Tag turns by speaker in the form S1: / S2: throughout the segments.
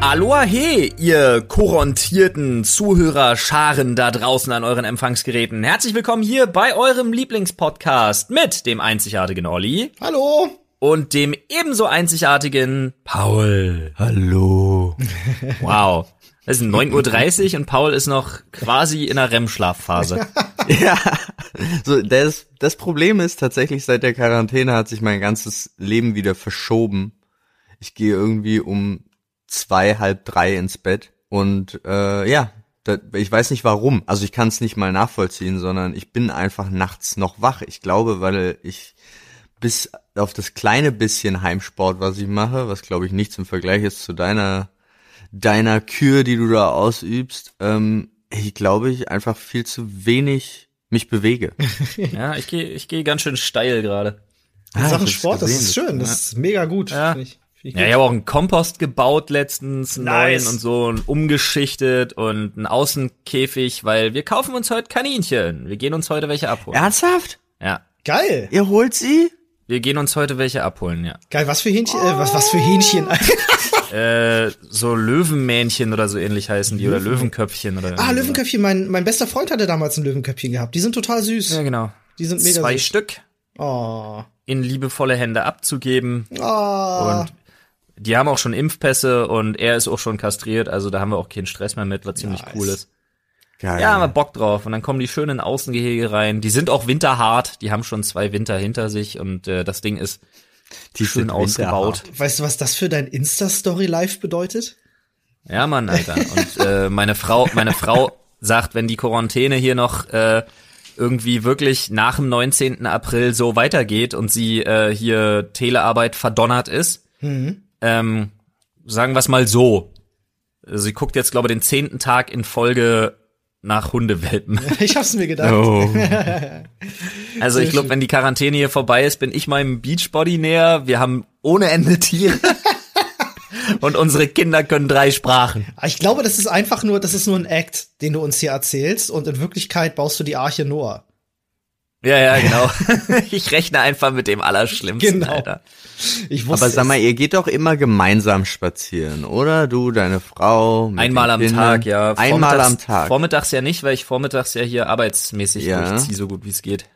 S1: Aloha, hey, ihr korontierten Zuhörerscharen da draußen an euren Empfangsgeräten. Herzlich willkommen hier bei eurem Lieblingspodcast mit dem einzigartigen Olli
S2: Hallo.
S1: und dem ebenso einzigartigen Paul.
S2: Hallo.
S1: Wow. Es ist 9.30 Uhr und Paul ist noch quasi in einer REM-Schlafphase.
S3: Ja, so das, das Problem ist tatsächlich, seit der Quarantäne hat sich mein ganzes Leben wieder verschoben. Ich gehe irgendwie um zwei, halb drei ins Bett und äh, ja, da, ich weiß nicht warum. Also ich kann es nicht mal nachvollziehen, sondern ich bin einfach nachts noch wach. Ich glaube, weil ich bis auf das kleine bisschen Heimsport, was ich mache, was glaube ich nichts im Vergleich ist zu deiner deiner Kür, die du da ausübst, ähm, ich glaube ich einfach viel zu wenig mich bewege.
S1: Ja, ich gehe ich geh ganz schön steil gerade.
S3: Ah,
S2: In
S3: ich
S2: Sachen
S3: hab's
S2: Sport, das
S3: gesehen,
S2: ist schön. Das ist mega gut.
S1: Ja.
S2: Find ich, find ich
S1: Ja, ich habe auch einen Kompost gebaut letztens, einen
S2: Nice.
S1: neuen und so, und umgeschichtet und einen Außenkäfig, weil wir kaufen uns heute Kaninchen. Wir gehen uns heute welche abholen.
S3: Ernsthaft?
S1: Ja.
S2: Geil.
S3: Ihr holt sie?
S1: Wir gehen uns heute welche abholen, ja.
S2: Geil, was für Hähnchen, äh, was, was für Hähnchen.
S1: Äh, so Löwenmähnchen oder so ähnlich heißen die, oder Löwenköpfchen oder
S2: ah,
S1: irgendwie
S2: Löwenköpfchen. Mein, mein bester Freund hatte damals ein Löwenköpfchen gehabt. Die sind total süß.
S1: so. Ja, genau.
S2: Die sind mega
S1: Zwei
S2: süß.
S1: Stück
S2: Oh.
S1: in liebevolle Hände abzugeben.
S2: Oh.
S1: Und die haben auch schon Impfpässe und er ist auch schon kastriert, also da haben wir auch keinen Stress mehr mit, was ziemlich
S2: Nice.
S1: cool ist.
S3: Geil.
S1: Ja, haben wir Bock drauf. Und dann kommen die schönen Außengehege rein. Die sind auch winterhart. Die haben schon zwei Winter hinter sich und äh, das Ding ist
S3: Die
S1: schön
S3: sind
S1: ausgebaut.
S2: Weißt du, was das für dein Insta-Story-Live bedeutet?
S1: Ja, Mann, Alter. Und äh, meine Frau, meine Frau sagt, wenn die Quarantäne hier noch äh, irgendwie wirklich nach dem 19. April so weitergeht und sie äh, hier Telearbeit verdonnert ist,
S3: Mhm.
S1: ähm, sagen wir's mal so. Sie guckt jetzt, glaube ich, den zehnten Tag in Folge nach Hundewelpen.
S2: Ich hab's mir gedacht.
S3: Oh.
S1: Also ich glaube, wenn die Quarantäne hier vorbei ist, bin ich meinem Beachbody näher. Wir haben ohne Ende Tiere. Und unsere Kinder können drei Sprachen.
S2: Aber Ah, Ich glaube, das ist einfach nur, das ist nur ein Act, den du uns hier erzählst und in Wirklichkeit baust du die Arche Noah.
S1: Ja, ja, genau. Ich rechne einfach mit dem Allerschlimmsten,
S2: Genau.
S1: Alter.
S2: Ich wusste
S3: Aber sag mal,
S2: es.
S3: ihr geht doch immer gemeinsam spazieren, oder? Du, deine Frau. mit
S1: Einmal
S3: den
S1: am
S3: Kindern.
S1: Tag, ja.
S3: Einmal
S1: Vormittags-
S3: am Tag.
S1: Vormittags ja nicht, weil ich vormittags ja hier arbeitsmäßig
S3: Ja.
S1: durchziehe, so gut wie es geht.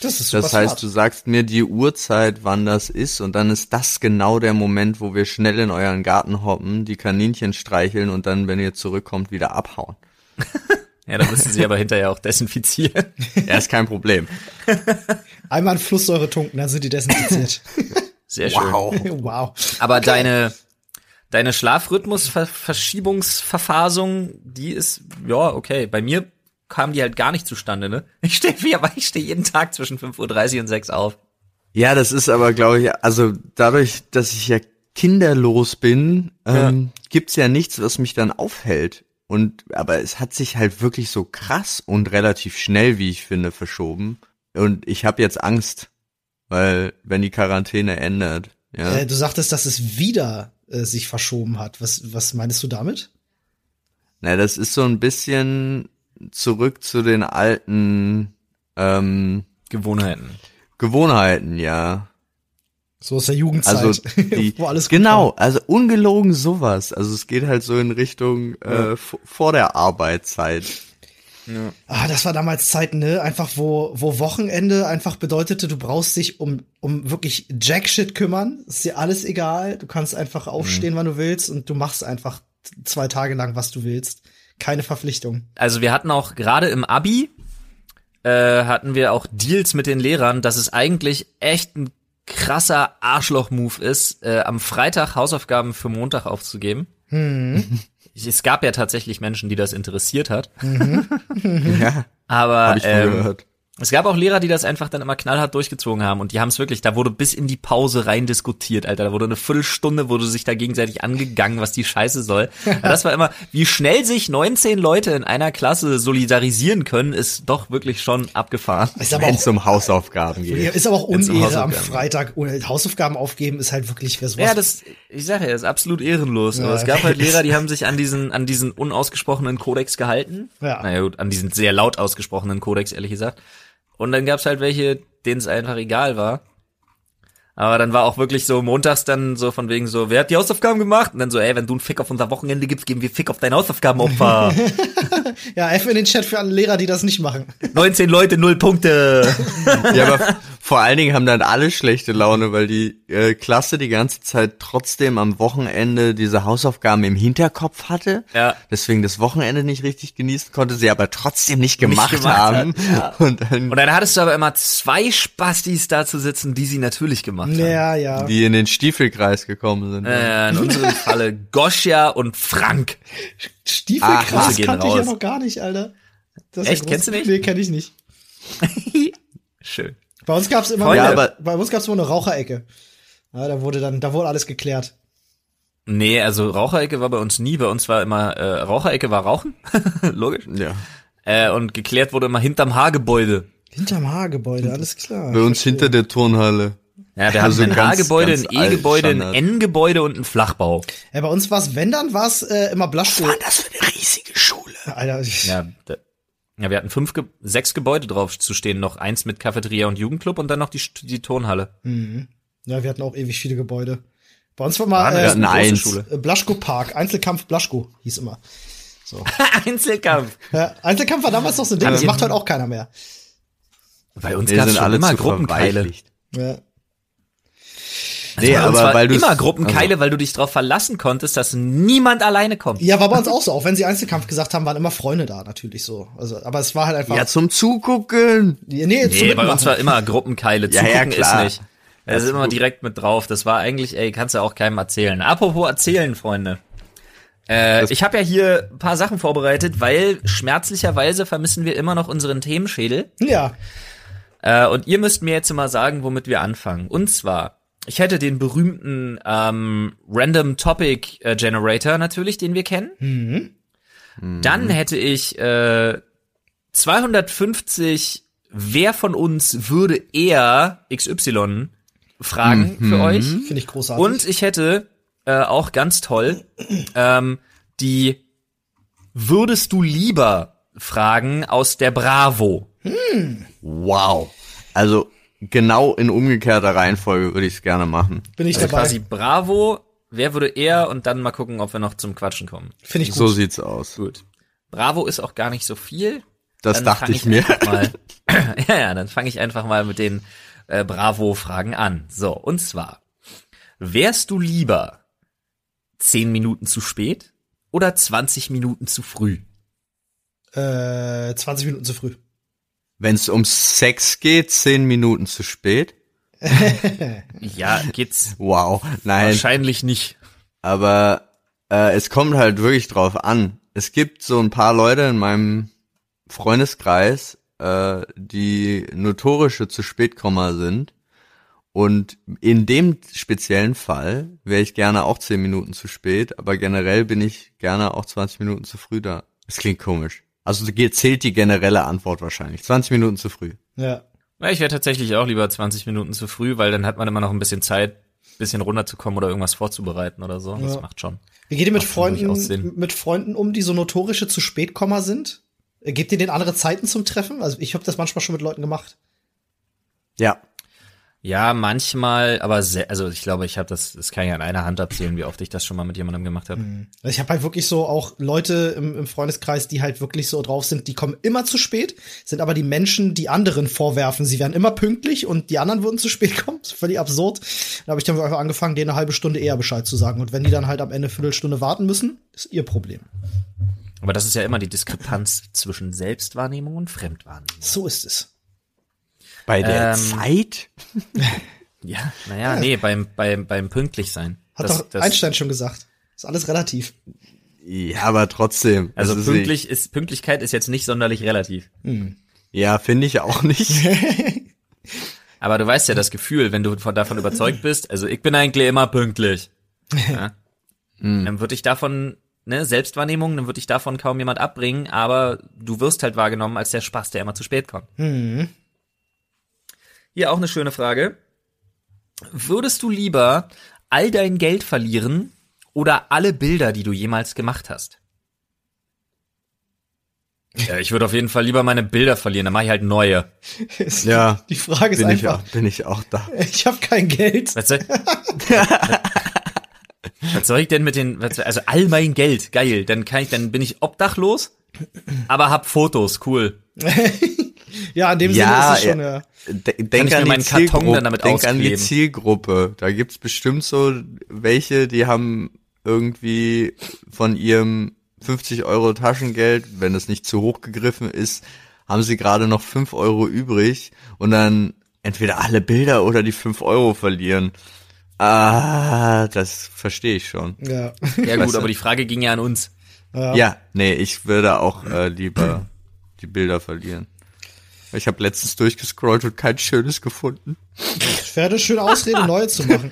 S2: das ist super
S3: das heißt, du
S2: smart.
S3: sagst mir die Uhrzeit, wann das ist, und dann ist das genau der Moment, wo wir schnell in euren Garten hoppen, die Kaninchen streicheln und dann, wenn ihr zurückkommt, wieder abhauen.
S1: Ja, da müssen sie aber hinterher auch desinfizieren.
S3: Ja, ist kein Problem.
S2: Einmal in Flusssäure tunken, dann sind die desinfiziert.
S1: Sehr schön.
S3: Wow.
S2: wow.
S1: Aber deine, deine Schlafrhythmusverschiebungsverfasung, die ist, ja, okay. Bei mir kam die halt gar nicht zustande, ne? Ich stehe aber ich stehe jeden Tag zwischen 5.30 Uhr und 6 auf.
S3: Ja, das ist aber, glaube ich, also dadurch, dass ich ja kinderlos bin, ähm, gibt's ja nichts, was mich dann aufhält. Und aber es hat sich halt wirklich so krass und relativ schnell, wie ich finde, verschoben. Und ich habe jetzt Angst, weil wenn die Quarantäne endet, ja,
S2: Äh, du sagtest, dass es wieder äh, sich verschoben hat. Was, was meinst du damit?
S3: na, das ist so ein bisschen zurück zu den alten ähm,
S1: Gewohnheiten.
S3: Gewohnheiten, ja.
S2: So aus der Jugendzeit,
S3: Also die,
S2: wo alles gut
S3: genau, also ungelogen sowas. Also es geht halt so in Richtung äh, v- vor der Arbeitszeit.
S2: war. Ah, das war damals Zeiten, ne? Einfach wo, wo Wochenende einfach bedeutete, du brauchst dich um, um wirklich Jackshit kümmern. Ist dir alles egal. Du kannst einfach aufstehen, wann du willst und du machst einfach zwei Tage lang, was du willst. Keine Verpflichtung.
S1: Also wir hatten auch gerade im Abi, äh, hatten wir auch Deals mit den Lehrern, dass es eigentlich echt ein krasser Arschloch-Move ist, äh, am Freitag Hausaufgaben für Montag aufzugeben. Hm. Es gab ja tatsächlich Menschen, die das interessiert hat.
S3: Ja,
S1: Aber
S3: habe ich
S1: ähm,
S3: ähm, gehört.
S1: Es gab auch Lehrer, die das einfach dann immer knallhart durchgezogen haben und die haben es wirklich, da wurde bis in die Pause rein diskutiert, Alter. Da wurde eine Viertelstunde, wurde sich da gegenseitig angegangen, was die Scheiße soll. Aber das war immer, wie schnell sich 19 Leute in einer Klasse solidarisieren können, ist doch wirklich schon abgefahren.
S2: Ist aber
S3: Wenn
S2: auch,
S3: es um Hausaufgaben
S2: ja,
S3: geht.
S2: ist aber auch
S1: wenn's um
S2: Unehre am
S1: Hausaufgaben-
S2: Freitag. Ohne Hausaufgaben aufgeben ist halt wirklich wer sowas.
S1: Ja, das, ich sage ja, das ist absolut ehrenlos.
S2: Ja.
S1: Aber es gab halt Lehrer, die haben sich an diesen, an diesen unausgesprochenen Kodex gehalten.
S2: Ja.
S1: Naja, gut, an diesen sehr laut ausgesprochenen Kodex, ehrlich gesagt. Und dann gab's halt welche, denen es einfach egal war. Aber dann war auch wirklich so montags dann so von wegen so, wer hat die Hausaufgaben gemacht? Und dann so, ey, wenn du einen Fick auf unser Wochenende gibst, geben wir Fick auf dein Hausaufgabenopfer.
S2: Ja, F in den Chat für alle Lehrer, die das nicht machen.
S1: 19 Leute, 0 Punkte.
S3: Ja, aber vor allen Dingen haben dann alle schlechte Laune, weil die äh, Klasse die ganze Zeit trotzdem am Wochenende diese Hausaufgaben im Hinterkopf hatte.
S1: Ja.
S3: Deswegen das Wochenende nicht richtig genießen konnte, sie aber trotzdem nicht gemacht,
S1: gemacht
S3: haben. Und dann
S1: Und dann hattest du aber immer zwei Spastis da zu sitzen, die sie natürlich gemacht haben.
S2: Ja, ja.
S3: die in den Stiefelkreis gekommen sind.
S1: Äh, in unserem Falle Goscha und Frank.
S3: Ah,
S2: Stiefelkrass
S1: Grüße gehen
S2: kannte ich ja
S1: raus.
S2: noch gar nicht, Alter. Das ist
S1: Echt?
S2: ja groß-
S1: Kennst du nicht?
S2: Nee, kenn ich nicht.
S1: Schön.
S2: Bei uns gab's immer,
S1: Freunde.
S2: ja,
S3: Ja, aber-
S2: bei uns gab's immer eine Raucherecke. Ja, da wurde dann, da wurde alles geklärt.
S1: Nee, also Raucherecke war bei uns nie. Bei uns war immer, äh, Raucherecke war Rauchen. Logisch.
S3: Ja.
S1: Äh, und geklärt wurde immer hinterm Haargebäude.
S2: Hinterm
S1: Mhm.
S2: Haargebäude, alles klar.
S3: Bei uns hinter der Turnhalle.
S1: Ja, wir
S3: Also
S1: hatten ein
S3: ganz,
S1: A-Gebäude, ein
S3: ganz alt
S1: E-Gebäude, ein
S3: Standard.
S1: N-Gebäude und ein Flachbau.
S2: Ey, bei uns war's, wenn dann war's äh, immer Blaschkohl.
S3: Das für eine riesige Schule.
S2: Alter, ich-
S1: Ja, d- ja wir hatten fünf, Ge sechs Gebäude drauf zu stehen, noch eins mit Cafeteria und Jugendclub und dann noch die, St- die Turnhalle.
S2: Mhm. Ja, wir hatten auch ewig viele Gebäude. Bei uns war mal
S1: wir
S2: äh,
S1: hatten
S3: eine
S1: große
S3: Eins.
S1: Schule.
S2: äh, Blaschko Park, Einzelkampf Blaschko hieß immer.
S1: Einzelkampf.
S2: Ja, Einzelkampf war damals noch so ein Ding,
S1: Habt
S2: das
S1: ihr-
S2: macht heute auch keiner mehr.
S1: Bei uns
S3: Wir
S1: gab's
S3: sind
S1: schon
S3: alle
S1: immer
S3: zu
S1: Gruppenkeile. Also
S3: verweichlicht.
S2: Ja.
S3: Nee,
S1: Bei uns
S3: aber
S1: war
S3: weil du
S1: immer Gruppenkeile, weil du dich darauf verlassen konntest, dass niemand alleine kommt.
S2: ja, war bei uns auch so. Auch wenn sie Einzelkampf gesagt haben, waren immer Freunde da, natürlich so. Also, aber es war halt einfach.
S3: Ja, zum Zugucken.
S2: nee,
S1: Nee, bei
S2: nee,
S1: uns
S2: Mitmachen.
S1: war immer Gruppenkeile.
S3: Ja,
S1: Zugucken
S3: ja, klar.
S1: ist nicht. Das ist immer direkt mit drauf. Das war eigentlich, ey, kannst du auch keinem erzählen. Apropos erzählen, Freunde. Äh, ich habe ja hier ein paar Sachen vorbereitet, weil schmerzlicherweise vermissen wir immer noch unseren Themenschädel.
S2: Ja,
S1: Äh, und ihr müsst mir jetzt mal sagen, womit wir anfangen. Und zwar, ich hätte den berühmten ähm, Random Topic äh, Generator natürlich, den wir kennen. Dann hätte ich äh, 250 Wer von uns würde eher XY Fragen für euch.
S2: finde ich großartig.
S1: Und ich hätte äh, auch ganz toll ähm, die Würdest du lieber Fragen aus der Bravo.
S3: Wow. Also genau in umgekehrter Reihenfolge würde ich es gerne machen.
S2: bin ich
S1: Also quasi
S2: dabei.
S1: Bravo, wer würde eher und dann mal gucken, ob wir noch zum Quatschen kommen.
S2: Finde ich gut.
S3: So sieht's aus.
S1: Gut. Bravo ist auch gar nicht so viel.
S3: Das
S1: Dann
S3: dachte
S1: fang
S3: ich mir.
S1: einfach Mal, ja, ja, dann fange ich einfach mal mit den äh, Bravo-Fragen an. So, und zwar, wärst du lieber 10 Minuten zu spät oder 20 Minuten zu früh?
S2: äh, 20 Minuten zu früh.
S3: Wenn es um Sex geht, zehn Minuten zu spät.
S1: Ja, geht's
S3: Wow. Nein.
S1: wahrscheinlich nicht.
S3: Aber äh, es kommt halt wirklich drauf an. Es gibt so ein paar Leute in meinem Freundeskreis, äh, die notorische zu Spätkommer sind. Und in dem speziellen Fall wäre ich gerne auch 10 Minuten zu spät, aber generell bin ich gerne auch 20 Minuten zu früh da. Das klingt komisch. Also ge- zählt die generelle Antwort wahrscheinlich. 20 Minuten zu früh.
S2: Ja.
S1: Ja, ich wäre tatsächlich auch lieber 20 Minuten zu früh, weil dann hat man immer noch ein bisschen Zeit, bisschen runterzukommen oder irgendwas vorzubereiten oder so.
S2: Ja.
S1: Das macht schon.
S2: Wie geht ihr mit
S1: Macht durchaus Sinn.
S2: Freunden, mit Freunden um, die so notorische zu Spätkommer sind? Äh, Gebt ihr denen andere Zeiten zum Treffen? Also ich habe das manchmal schon mit Leuten gemacht.
S3: Ja.
S1: Ja, manchmal, aber se- also ich glaube, ich habe das, das kann ich an einer Hand abzählen, wie oft ich das schon mal mit jemandem gemacht habe.
S2: Also Ich habe halt wirklich so auch Leute im, im Freundeskreis, die halt wirklich so drauf sind, die kommen immer zu spät, sind aber die Menschen, die anderen vorwerfen, sie wären immer pünktlich und die anderen würden zu spät kommen. Das ist völlig absurd. Da habe ich dann einfach angefangen, denen eine halbe Stunde eher Bescheid zu sagen. Und wenn die dann halt am Ende eine Viertelstunde warten müssen, ist ihr Problem.
S1: Aber das ist ja immer die Diskrepanz zwischen Selbstwahrnehmung und Fremdwahrnehmung.
S2: So ist es.
S3: Bei der
S1: Ähm.
S3: Zeit?
S1: Ja, naja, nee, beim, beim, beim pünktlich sein.
S2: Hat
S1: Das-
S2: doch
S1: das-
S2: Einstein schon gesagt. Ist alles relativ.
S3: Ja, aber trotzdem.
S1: also
S3: Das ist nicht-
S1: pünktlich ist, Pünktlichkeit ist jetzt nicht sonderlich relativ.
S3: Ja, finde ich auch nicht.
S1: Aber du weißt ja das Gefühl, wenn du von, davon überzeugt bist, also ich bin eigentlich immer pünktlich. Ja? Dann würde ich davon, ne, Selbstwahrnehmung, dann würde ich davon kaum jemand abbringen, aber du wirst halt wahrgenommen als der Spaß, der immer zu spät kommt. Hier auch eine schöne Frage. Würdest du lieber all dein Geld verlieren oder alle Bilder, die du jemals gemacht hast? Ja, ich würde auf jeden Fall lieber meine Bilder verlieren, dann mache ich halt neue.
S2: Ist-
S3: Ja,
S2: Die Frage ist
S3: Bin ich, auch,
S2: einfach,
S3: bin ich auch da.
S2: ich habe kein Geld.
S1: Was soll, was soll ich denn mit den, was, also all mein Geld, geil, dann kann ich, dann bin ich obdachlos, aber hab Fotos, cool.
S2: ja, in dem
S3: Ja,
S2: Sinne ist es schon, ja.
S3: De denk
S1: ich mir
S3: an die
S1: meinen Karton
S3: Zielgruppe.
S1: dann damit
S3: Denk an die
S1: auskleben?
S3: Zielgruppe. Da gibt's bestimmt so welche, die haben irgendwie von ihrem 50 Euro Taschengeld, wenn es nicht zu hoch gegriffen ist, haben sie gerade noch 5 Euro übrig und dann entweder alle Bilder oder die 5 Euro verlieren. Ah, das verstehe ich schon.
S2: Ja.
S1: Ja
S3: Weißt
S1: gut,
S3: du?
S1: aber die Frage ging ja an uns.
S2: Ja.
S3: Ja, nee, ich würde auch äh, lieber die Bilder verlieren. Ich habe letztens durchgescrollt und kein schönes gefunden.
S2: Wäre eine schöne Ausrede, neue zu machen.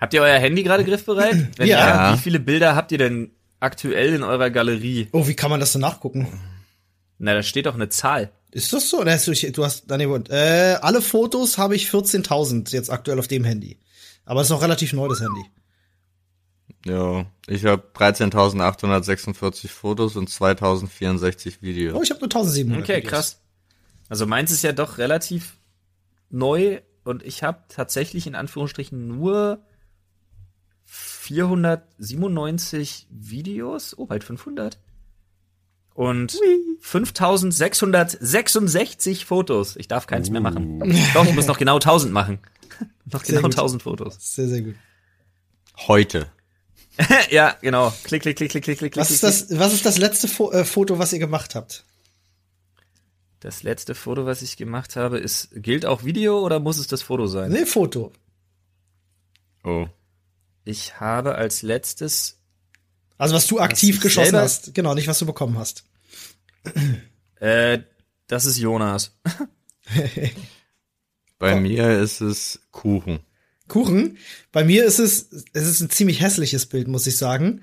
S1: Habt ihr euer Handy gerade griffbereit? Wenn
S2: Ja.
S1: ja. Wie viele Bilder habt ihr denn aktuell in eurer Galerie?
S2: Oh, wie kann man das denn nachgucken?
S1: Na, da steht doch eine Zahl.
S2: Ist das so? Oder hast du, du hast, nein, nee, Moment. äh, alle Fotos habe ich 14.000 jetzt aktuell auf dem Handy. Aber es ist noch relativ neu, das Handy.
S3: Ja, ich habe 13.846 Fotos und 2.064
S2: Oh,
S3: Videos.
S2: ich habe nur 1.700.
S1: Okay,
S2: Videos.
S1: krass. Also meins ist ja doch relativ neu und ich habe tatsächlich in Anführungsstrichen nur 497 Videos, oh bald 500 und 5666 Fotos. Ich darf keins mehr machen. Doch, ich muss noch genau 1000 machen. Noch
S2: Sehr
S1: genau
S2: gut.
S1: 1000 Fotos.
S2: Sehr, sehr gut.
S3: Heute.
S1: ja, genau. Klick, klick, klick, klick, klick, klick.
S2: Was
S1: klick,
S2: ist das, was ist das letzte Fo äh, Foto, was ihr gemacht habt?
S1: Das letzte Foto, was ich gemacht habe, ist gilt auch Video oder muss es das Foto sein?
S2: Nee, Foto.
S3: Oh.
S1: Ich habe als letztes
S2: Also, was du aktiv
S1: ich
S2: geschossen
S1: selber-
S2: hast. Genau, nicht was du bekommen hast.
S1: äh das ist Jonas.
S3: Bei mir ist es Kuchen.
S2: Kuchen. Bei mir ist es, es ist ein ziemlich hässliches Bild, muss ich sagen.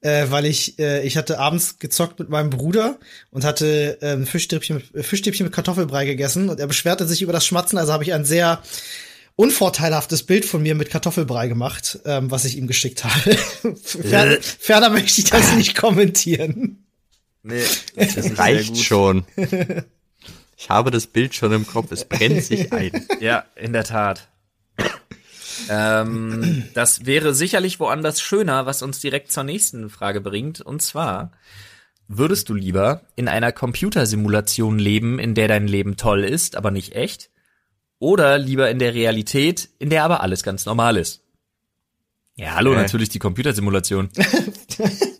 S2: Äh, weil ich, äh, ich hatte abends gezockt mit meinem Bruder und hatte ähm, Fischstäbchen, mit, äh, Fischstäbchen mit Kartoffelbrei gegessen und er beschwerte sich über das Schmatzen, also habe ich ein sehr unvorteilhaftes Bild von mir mit Kartoffelbrei gemacht, ähm, was ich ihm geschickt habe. Ferner, ferner möchte ich das nicht kommentieren.
S1: Nee, das ist
S3: Reicht schon. Ich habe das Bild schon im Kopf. Es brennt sich ein.
S1: Ja, in der Tat. ähm, das wäre sicherlich woanders schöner, was uns direkt zur nächsten Frage bringt. Und zwar, würdest du lieber in einer Computersimulation leben, in der dein Leben toll ist, aber nicht echt? Oder lieber in der Realität, in der aber alles ganz normal ist? Ja, hallo,
S3: Okay.
S1: natürlich die Computersimulation.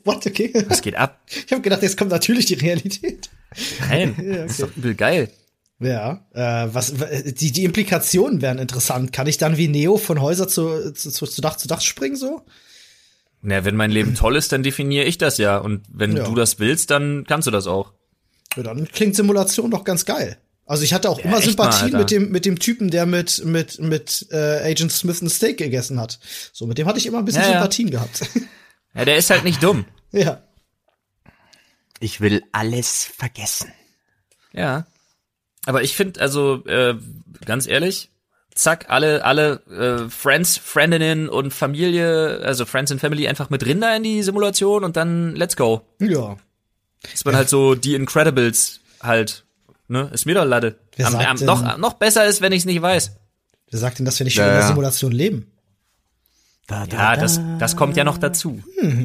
S2: What, okay.
S1: Was geht ab?
S2: Ich habe gedacht, jetzt kommt natürlich die Realität.
S1: Nein, das ist doch übel geil.
S2: Ja, äh, was w- die, die Implikationen wären interessant. Kann ich dann wie Neo von Häuser zu, zu, zu, zu Dach zu Dach springen so?
S1: Na, wenn mein Leben toll ist, dann definiere ich das ja. Und wenn
S2: Ja.
S1: du das willst, dann kannst du das auch.
S2: Ja, dann klingt Simulation doch ganz geil. Also ich hatte auch immer
S1: echt mal,
S2: Sympathien
S1: Alter.
S2: mit dem mit dem Typen, der mit mit mit äh, Agent Smith ein Steak gegessen hat. So mit dem hatte ich immer ein bisschen
S1: Ja, ja.
S2: Sympathien gehabt.
S1: Ja, der ist halt nicht dumm.
S2: ja.
S3: Ich will alles vergessen.
S1: Ja. Aber ich finde, also äh, ganz ehrlich, zack, alle, alle äh, Friends, Friendinnen und Familie, also Friends and Family einfach mit Rinder in die Simulation und dann let's go.
S2: Ja.
S1: Ist man halt so die Incredibles halt, ne? Ist mir doch Lade.
S2: Wer
S1: Am,
S2: sagt
S1: am,
S2: denn-
S1: noch, noch besser ist, wenn ich es nicht weiß.
S2: Wer sagt denn, dass wir nicht schon
S3: Ja,
S2: in der
S3: ja.
S2: Simulation leben?
S3: Da, da,
S1: Ja,
S3: da.
S1: das, das kommt ja noch dazu.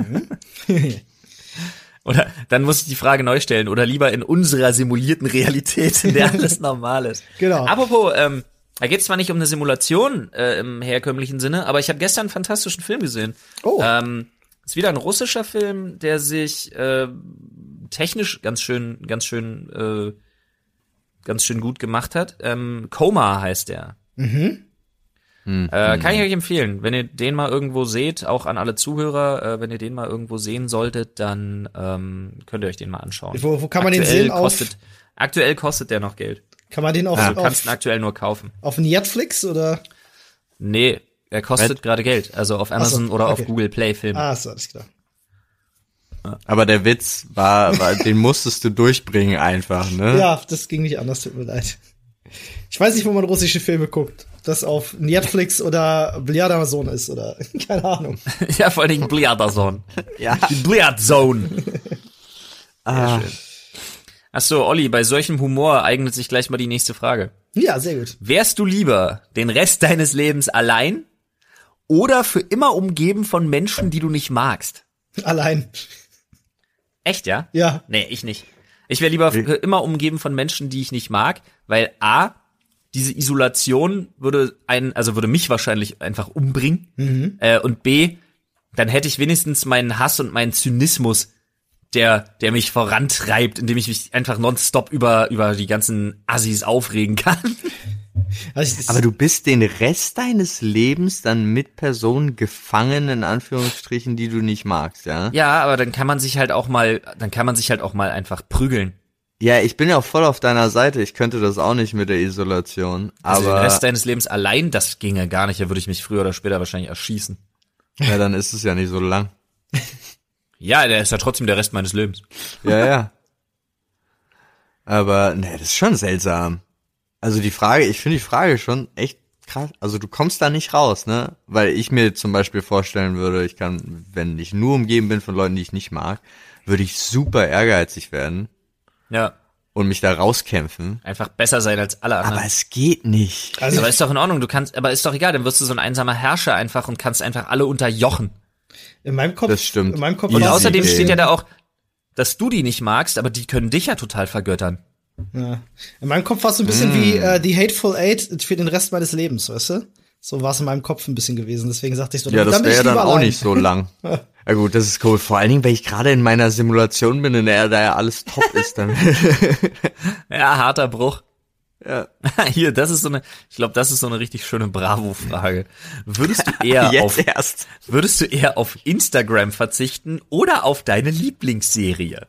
S1: Oder dann muss ich die Frage neu stellen. Oder lieber in unserer simulierten Realität, in der alles normal ist.
S2: Genau.
S1: Apropos, ähm, da geht's zwar nicht um eine Simulation äh, im herkömmlichen Sinne, aber ich habe gestern einen fantastischen Film gesehen.
S2: Oh.
S1: Ähm, ist wieder ein russischer Film, der sich äh, technisch ganz schön, ganz schön, äh, ganz schön gut gemacht hat. Ähm, Coma heißt der.
S2: Mhm.
S1: Äh, kann ich euch empfehlen. Wenn ihr den mal irgendwo seht, auch an alle Zuhörer, äh, wenn ihr den mal irgendwo sehen solltet, dann ähm, könnt ihr euch den mal anschauen.
S2: Wo- wo kann man den
S1: Aktuell
S2: sehen? Auf-
S1: Kostet, aktuell kostet der noch Geld. Also
S2: Kann man den auf
S1: Du kannst ihn
S2: auf,
S1: aktuell nur kaufen.
S2: auf Netflix oder?
S1: Nee, er kostet gerade Geld. Also auf Amazon oder
S2: okay.
S1: auf Google Play Film.
S2: Ah, so alles klar.
S3: Aber der Witz war, war, den musstest du durchbringen einfach, ne?
S2: Ja, das ging nicht anders, tut mir leid. Ich weiß nicht, wo man russische Filme guckt. Ob Das auf Netflix oder Bliadamazon ist oder keine Ahnung.
S1: ja, vor allen Dingen Bliadazon.
S3: Ja.
S1: Die Bliadzone.
S3: Ah,
S1: Ach so, Olli, bei solchem Humor eignet sich gleich mal die nächste Frage.
S2: Ja, sehr gut.
S1: Wärst du lieber den Rest deines Lebens allein oder für immer umgeben von Menschen, die du nicht magst?
S2: Allein.
S1: Echt, ja?
S2: Ja.
S1: Nee, ich nicht. Ich wäre lieber für immer umgeben von Menschen, die ich nicht mag, weil A, diese Isolation würde einen, also würde mich wahrscheinlich einfach umbringen. Äh, und B, dann hätte ich wenigstens meinen Hass und meinen Zynismus, der, der mich vorantreibt, indem ich mich einfach nonstop über, über die ganzen Assis aufregen kann.
S2: Also ich,
S3: Aber du bist den Rest deines Lebens dann mit Personen gefangen, in Anführungsstrichen, die du nicht magst, ja?
S1: Ja, aber dann kann man sich halt auch mal, dann kann man sich halt auch mal einfach prügeln.
S3: Ja, ich bin ja auch voll auf deiner Seite. Ich könnte das auch nicht mit der Isolation.
S1: Also den
S3: Aber
S1: Rest deines Lebens allein, das ginge gar nicht, da würde ich mich früher oder später wahrscheinlich erschießen.
S3: ja, dann ist es ja nicht so lang.
S1: Ja, der ist ja trotzdem der Rest meines Lebens.
S3: Ja, ja. Aber ne, das ist schon seltsam. Also die Frage, ich finde die Frage schon echt krass. Also du kommst da nicht raus, ne? Weil ich mir zum Beispiel vorstellen würde, ich kann, wenn ich nur umgeben bin von Leuten, die ich nicht mag, würde ich super ehrgeizig werden
S1: Ja,
S3: und mich da rauskämpfen.
S1: einfach besser sein als alle anderen.
S3: Aber es geht nicht.
S1: Also,
S2: also
S1: aber ist doch in Ordnung, du kannst, aber ist doch egal, dann wirst du so ein einsamer Herrscher einfach und kannst einfach alle unterjochen.
S2: in meinem Kopf.
S3: Das stimmt.
S2: In meinem Kopf.
S1: Und
S3: Easy,
S2: war das-
S1: außerdem
S3: ey.
S1: steht ja da auch, dass du die nicht magst, aber die können dich ja total vergöttern.
S2: Ja. In meinem Kopf war es so ein
S3: Mm.
S2: bisschen wie äh, die Hateful Eight für den Rest meines Lebens, weißt du? So war es in meinem Kopf ein bisschen gewesen. Deswegen sagte ich so,
S3: Ja, das
S2: bin ich
S3: wäre ja dann
S2: lieber
S3: auch
S2: allein.
S3: nicht so lang. Ja gut, das ist cool. Vor allen Dingen, weil ich gerade in meiner Simulation bin, in der da ja alles top ist, dann
S1: Ja, harter Bruch.
S3: Ja.
S1: Hier, das ist so eine, ich glaube, das ist so eine richtig schöne Bravo-Frage. Würdest du eher auf,
S3: jetzt erst.
S1: würdest du eher auf Instagram verzichten oder auf deine Lieblingsserie?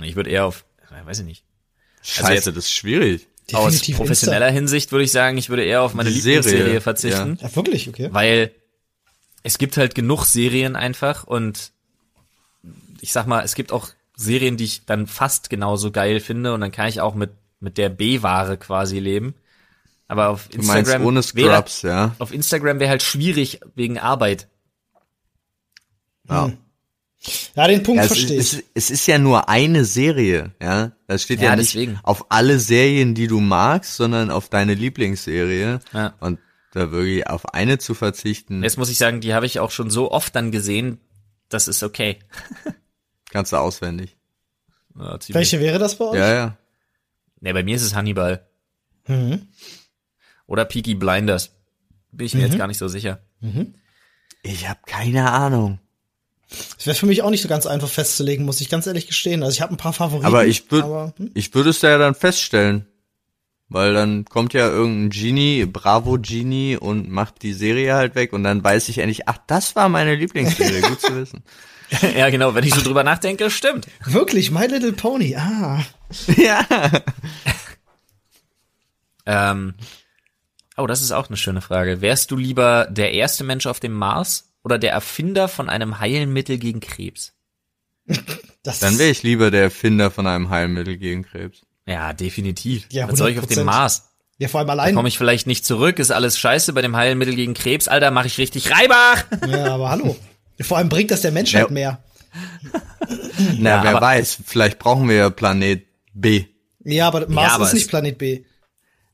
S1: Ich würde eher auf, äh, weiß ich nicht.
S3: Scheiße,
S1: jetzt-
S3: das ist schwierig.
S2: Definitiv
S1: aus professioneller Hinsicht würde ich sagen, ich würde eher auf meine
S3: Die Serie,
S1: Lieblingsserie verzichten.
S2: Insta. Ja, wirklich, okay.
S1: weil es gibt halt genug Serien einfach und ich sag mal, es gibt auch Serien, die ich dann fast genauso geil finde und dann kann ich auch mit mit der B-Ware quasi leben. Aber auf
S3: Du meinst
S1: Instagram
S3: ohne
S1: wäre
S3: Scrubs, ja.
S1: auf Instagram wäre halt schwierig wegen Arbeit.
S3: ja.
S2: Ja, den Punkt
S3: Ja, es,
S2: verstehe
S3: ist,
S2: ich.
S3: es, es ist ja nur eine Serie, ja. Das steht ja,
S1: Ja,
S3: nicht
S1: deswegen.
S3: auf alle Serien, die du magst, sondern auf deine Lieblingsserie.
S1: Ja.
S3: Und da wirklich auf eine zu verzichten,
S1: Jetzt muss ich sagen, die habe ich auch schon so oft dann gesehen, das ist okay.
S3: kannst du auswendig.
S1: Ja, ziemlich.
S2: Welche wäre das bei euch?
S3: Ja, ja.
S1: Ne, bei mir ist es Hannibal
S2: Mhm.
S1: oder Peaky Blinders. Bin ich mir
S3: Mhm.
S1: jetzt gar nicht so sicher.
S3: Ich habe keine Ahnung.
S2: Das wäre für mich auch nicht so ganz einfach festzulegen, muss ich ganz ehrlich gestehen. Also ich habe ein paar Favoriten.
S3: Aber ich würde
S2: aber, hm?
S3: ich würde es ja dann feststellen. Weil dann kommt ja irgendein Genie, Bravo Genie und macht die Serie halt weg und dann weiß ich endlich, ach, das war meine Lieblingsserie, gut zu wissen.
S1: ja, genau, wenn ich so drüber nachdenke, stimmt.
S2: Wirklich, My Little Pony. Ah.
S3: ja.
S1: Ähm, oh, das ist auch eine schöne Frage. Wärst du lieber der erste Mensch auf dem Mars oder der Erfinder von einem Heilmittel gegen Krebs?
S2: Das
S3: Dann wäre ich lieber der Erfinder von einem Heilmittel gegen Krebs.
S1: Ja, definitiv.
S2: Ja,
S1: Was soll ich auf dem
S2: 100%.
S1: Mars?
S2: Ja, vor allem
S1: Komme
S2: allein.
S1: ich vielleicht nicht zurück? Ist alles scheiße bei dem Heilmittel gegen Krebs? Alter, mache ich richtig Reibach!
S2: Ja, aber hallo. Vor allem bringt das der Menschheit
S3: Ja.
S2: mehr.
S3: Na,
S1: Ja,
S3: wer
S1: aber-
S3: weiß, vielleicht brauchen wir ja Planet B.
S2: Ja, aber Mars
S1: aber
S2: ist nicht
S1: es-
S2: Planet B.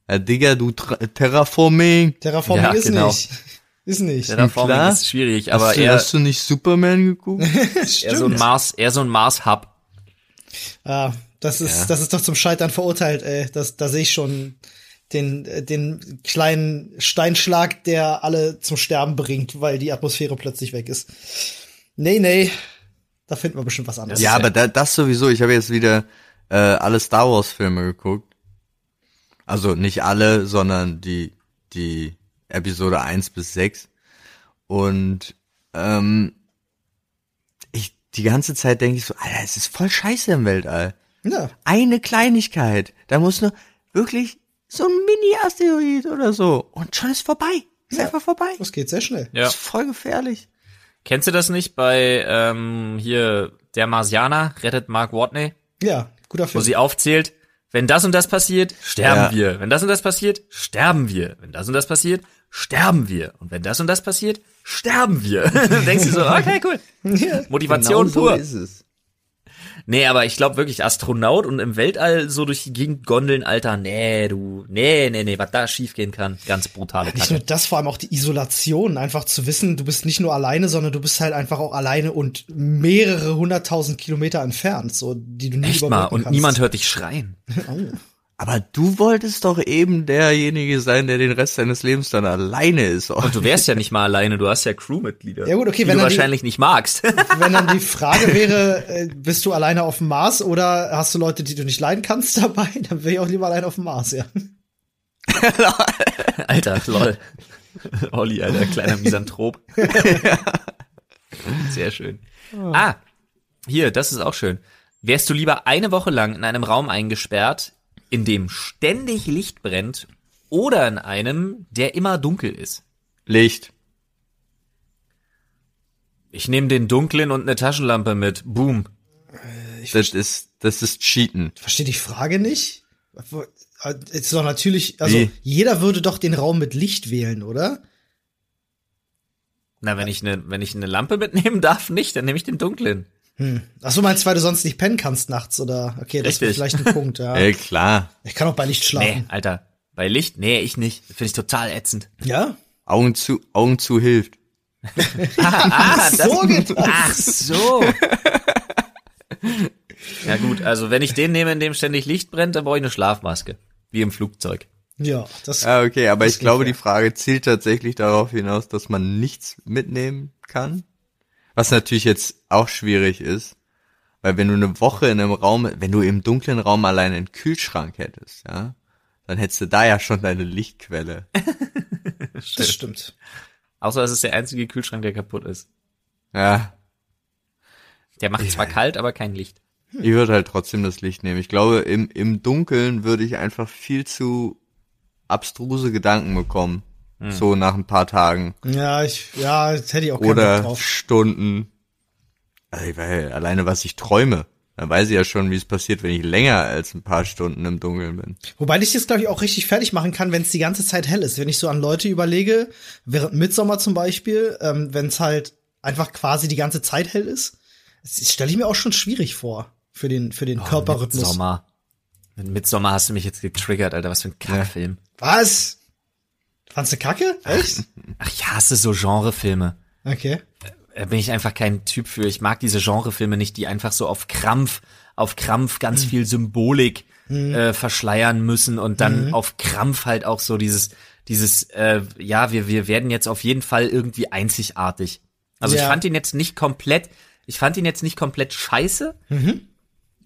S3: Ja, Digga, du Tra- Terraforming.
S2: Terraforming
S1: Ja,
S2: ist
S1: genau.
S2: nicht. Ist nicht.
S1: Terraforming
S3: klar.
S1: ist schwierig, aber
S3: hast, du,
S1: eher,
S3: hast du nicht Superman geguckt?
S1: eher so ein Mars, eher so ein Mars-Hub.
S2: Ah, das ist, das ist doch zum Scheitern verurteilt, ey. Das, da sehe ich schon den, äh, den kleinen Steinschlag, der alle zum Sterben bringt, weil die Atmosphäre plötzlich weg ist. Nee, nee. Da finden wir bestimmt was anderes.
S3: ja, aber da, das sowieso. Ich habe jetzt wieder äh, alle Star Wars Filme geguckt. Also nicht alle, sondern die die Episode 1 bis 6. Und ähm, ich die ganze Zeit denke ich so, Alter, es ist voll scheiße im Weltall.
S2: Ja.
S3: eine Kleinigkeit. Da muss nur wirklich so ein Mini-Asteroid oder so. Und schon ist vorbei. Ist einfach vorbei.
S2: Das geht sehr schnell.
S1: Ja.
S3: Ist voll gefährlich.
S1: Kennst du das nicht bei ähm, hier der Marsianer rettet Mark Watney?
S2: Ja, guter
S1: wo
S2: Film.
S1: sie aufzählt, wenn das und das passiert, sterben
S3: Ja.
S1: wir. Wenn das und das passiert, sterben wir. Wenn das und das passiert, sterben wir. Und wenn das und das passiert, sterben wir. Dann denkst du so, okay, cool.
S2: Ja.
S1: Motivation
S3: Genau so
S1: pur.
S3: ist es.
S1: Nee, aber ich glaube wirklich, Astronaut und im Weltall so durch die Gegend gondeln, Alter, nee, du, nee, nee, nee, was da schiefgehen kann, ganz brutale
S2: Nicht
S1: Kacke.
S2: nur das, vor allem auch die Isolation, einfach zu wissen, du bist nicht nur alleine, sondern du bist halt einfach auch alleine und mehrere hunderttausend Kilometer entfernt, so die du nie
S1: Echt
S2: überbrücken
S1: mal, und
S2: kannst. Oh
S1: niemand hört dich schreien.
S3: Aber du wolltest doch eben derjenige sein, der den Rest seines Lebens dann alleine ist. Oh,
S1: Und du wärst ja nicht mal alleine, du hast ja Crewmitglieder.
S2: Ja gut, okay,
S1: die
S2: wenn
S1: du
S2: er die-
S1: wahrscheinlich nicht magst.
S2: Wenn dann die Frage wäre, äh, bist du alleine auf dem Mars oder hast du Leute, die du nicht leiden kannst dabei, dann wäre ich auch lieber allein auf dem Mars, ja.
S1: Alter, lol. Olli, Alter, kleiner Misanthrop. Sehr schön. Ah, hier, das ist auch schön. Wärst du lieber eine Woche lang in einem Raum eingesperrt, in dem ständig Licht brennt, oder in einem, der immer dunkel ist?
S3: Licht.
S1: Ich nehme den dunklen und eine Taschenlampe mit. Boom.
S3: Das ist, das ist Cheaten.
S2: Verstehe die Frage nicht? äh, Ist doch natürlich, also
S3: Wie?
S2: jeder würde doch den Raum mit Licht wählen, oder?
S1: Na, wenn ich eine, wenn ich eine Lampe mitnehmen darf, nicht, dann nehme ich den dunklen.
S2: Hm. Ach so, meinst du, weil du sonst nicht pennen kannst nachts, oder? Okay, das wäre
S1: Richtig.
S2: vielleicht ein Punkt, ja.
S3: Äh, klar.
S2: Ich kann auch bei Licht
S1: Nee,
S2: schlafen.
S1: Alter. Bei Licht? Nee, ich nicht. Finde ich total ätzend.
S2: Ja?
S3: Augen zu, Augen zu hilft.
S1: Ah, das,
S2: So geht das.
S1: Ach so. Ja gut, also wenn ich den nehme, in dem ständig Licht brennt, dann brauche ich eine Schlafmaske. Wie im Flugzeug.
S2: Ja, das
S3: Ja, okay, aber ich
S2: geht,
S3: glaube,
S2: ja.
S3: die Frage zielt tatsächlich darauf hinaus, dass man nichts mitnehmen kann. Was natürlich jetzt auch schwierig ist, weil wenn du eine Woche in einem Raum, wenn du im dunklen Raum allein einen Kühlschrank hättest, ja, dann hättest du da ja schon deine Lichtquelle.
S2: das stimmt.
S1: Außer es ist der einzige Kühlschrank, der kaputt ist.
S3: Ja,
S1: Der macht zwar kalt, aber kein Licht.
S3: ich würde halt trotzdem das Licht nehmen. Ich glaube, im, im Dunkeln würde ich einfach viel zu abstruse Gedanken bekommen. So nach ein paar Tagen.
S2: Ja, ich, ja, jetzt hätte ich auch keinen Bock
S3: oder
S2: drauf.
S3: Stunden. Also ich weiß, ja alleine was ich träume, dann weiß ich ja schon, wie es passiert, wenn ich länger als ein paar Stunden im Dunkeln bin.
S2: Wobei ich das, glaube ich, auch richtig fertig machen kann, wenn es die ganze Zeit hell ist. Wenn ich so an Leute überlege, während Mitsommer zum Beispiel, ähm, wenn es halt einfach quasi die ganze Zeit hell ist, das stelle ich mir auch schon schwierig vor für den, für
S3: Oh,
S2: den Oh, Körperrhythmus.
S1: Sommer. Mit Midsommar hast du mich jetzt getriggert, Alter. Was für ein Kackfilm.
S2: Was? Fandst du Kacke? Echt?
S1: Ach, ich hasse so Genrefilme.
S2: Okay.
S1: Da äh, bin ich einfach kein Typ für. Ich mag diese Genrefilme nicht, die einfach so auf Krampf, auf Krampf
S2: Hm.
S1: ganz viel Symbolik äh, verschleiern müssen und dann
S2: Hm.
S1: auf Krampf halt auch so dieses, dieses, äh, ja, wir, wir werden jetzt auf jeden Fall irgendwie einzigartig. Also ich
S2: Ja.
S1: fand ihn jetzt nicht komplett, ich fand ihn jetzt nicht komplett scheiße.
S2: Mhm.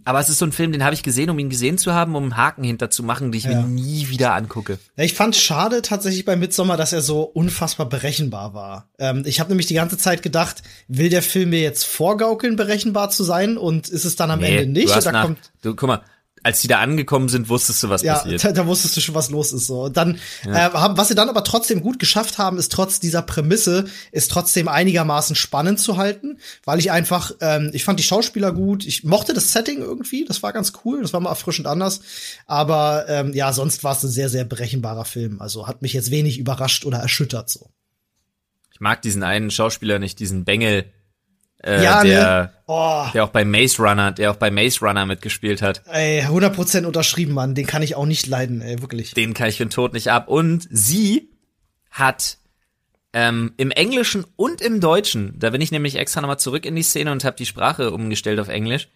S1: Aber es ist so ein Film, den habe ich gesehen, um ihn gesehen zu haben, um einen Haken hinter zu machen, die ich
S2: Ja.
S1: mir nie wieder angucke.
S2: Ja, ich fand schade tatsächlich bei Midsommar, dass er so unfassbar berechenbar war. Ähm, ich habe nämlich die ganze Zeit gedacht, will der Film mir jetzt vorgaukeln, berechenbar zu sein und ist es dann am Ende nicht?
S1: du hast
S2: Oder
S1: nach,
S2: kommt
S1: du, guck mal, als die da angekommen sind, wusstest du, was
S2: ja,
S1: passiert.
S2: da, da wusstest du schon, was los ist. So. Und dann, äh, haben, was sie dann aber trotzdem gut geschafft haben, ist trotz dieser Prämisse, ist trotzdem einigermaßen spannend zu halten, weil ich einfach, ähm, ich fand die Schauspieler gut, ich mochte das Setting irgendwie, das war ganz cool, das war mal erfrischend anders. Aber ähm, ja, sonst war es ein sehr, sehr berechenbarer Film. Also hat mich jetzt wenig überrascht oder erschüttert so.
S1: Ich mag diesen einen Schauspieler nicht, diesen Bengel, äh,
S2: ja,
S1: der,
S2: ne? Oh,
S1: der auch bei Maze Runner, der auch bei Maze Runner mitgespielt hat.
S2: ey, 100% unterschrieben, Mann. Den kann ich auch nicht leiden, ey, wirklich.
S1: Den kann ich für den Tod nicht ab. Und sie hat ähm, im Englischen und im Deutschen, da bin ich nämlich extra nochmal zurück in die Szene und habe die Sprache umgestellt auf Englisch,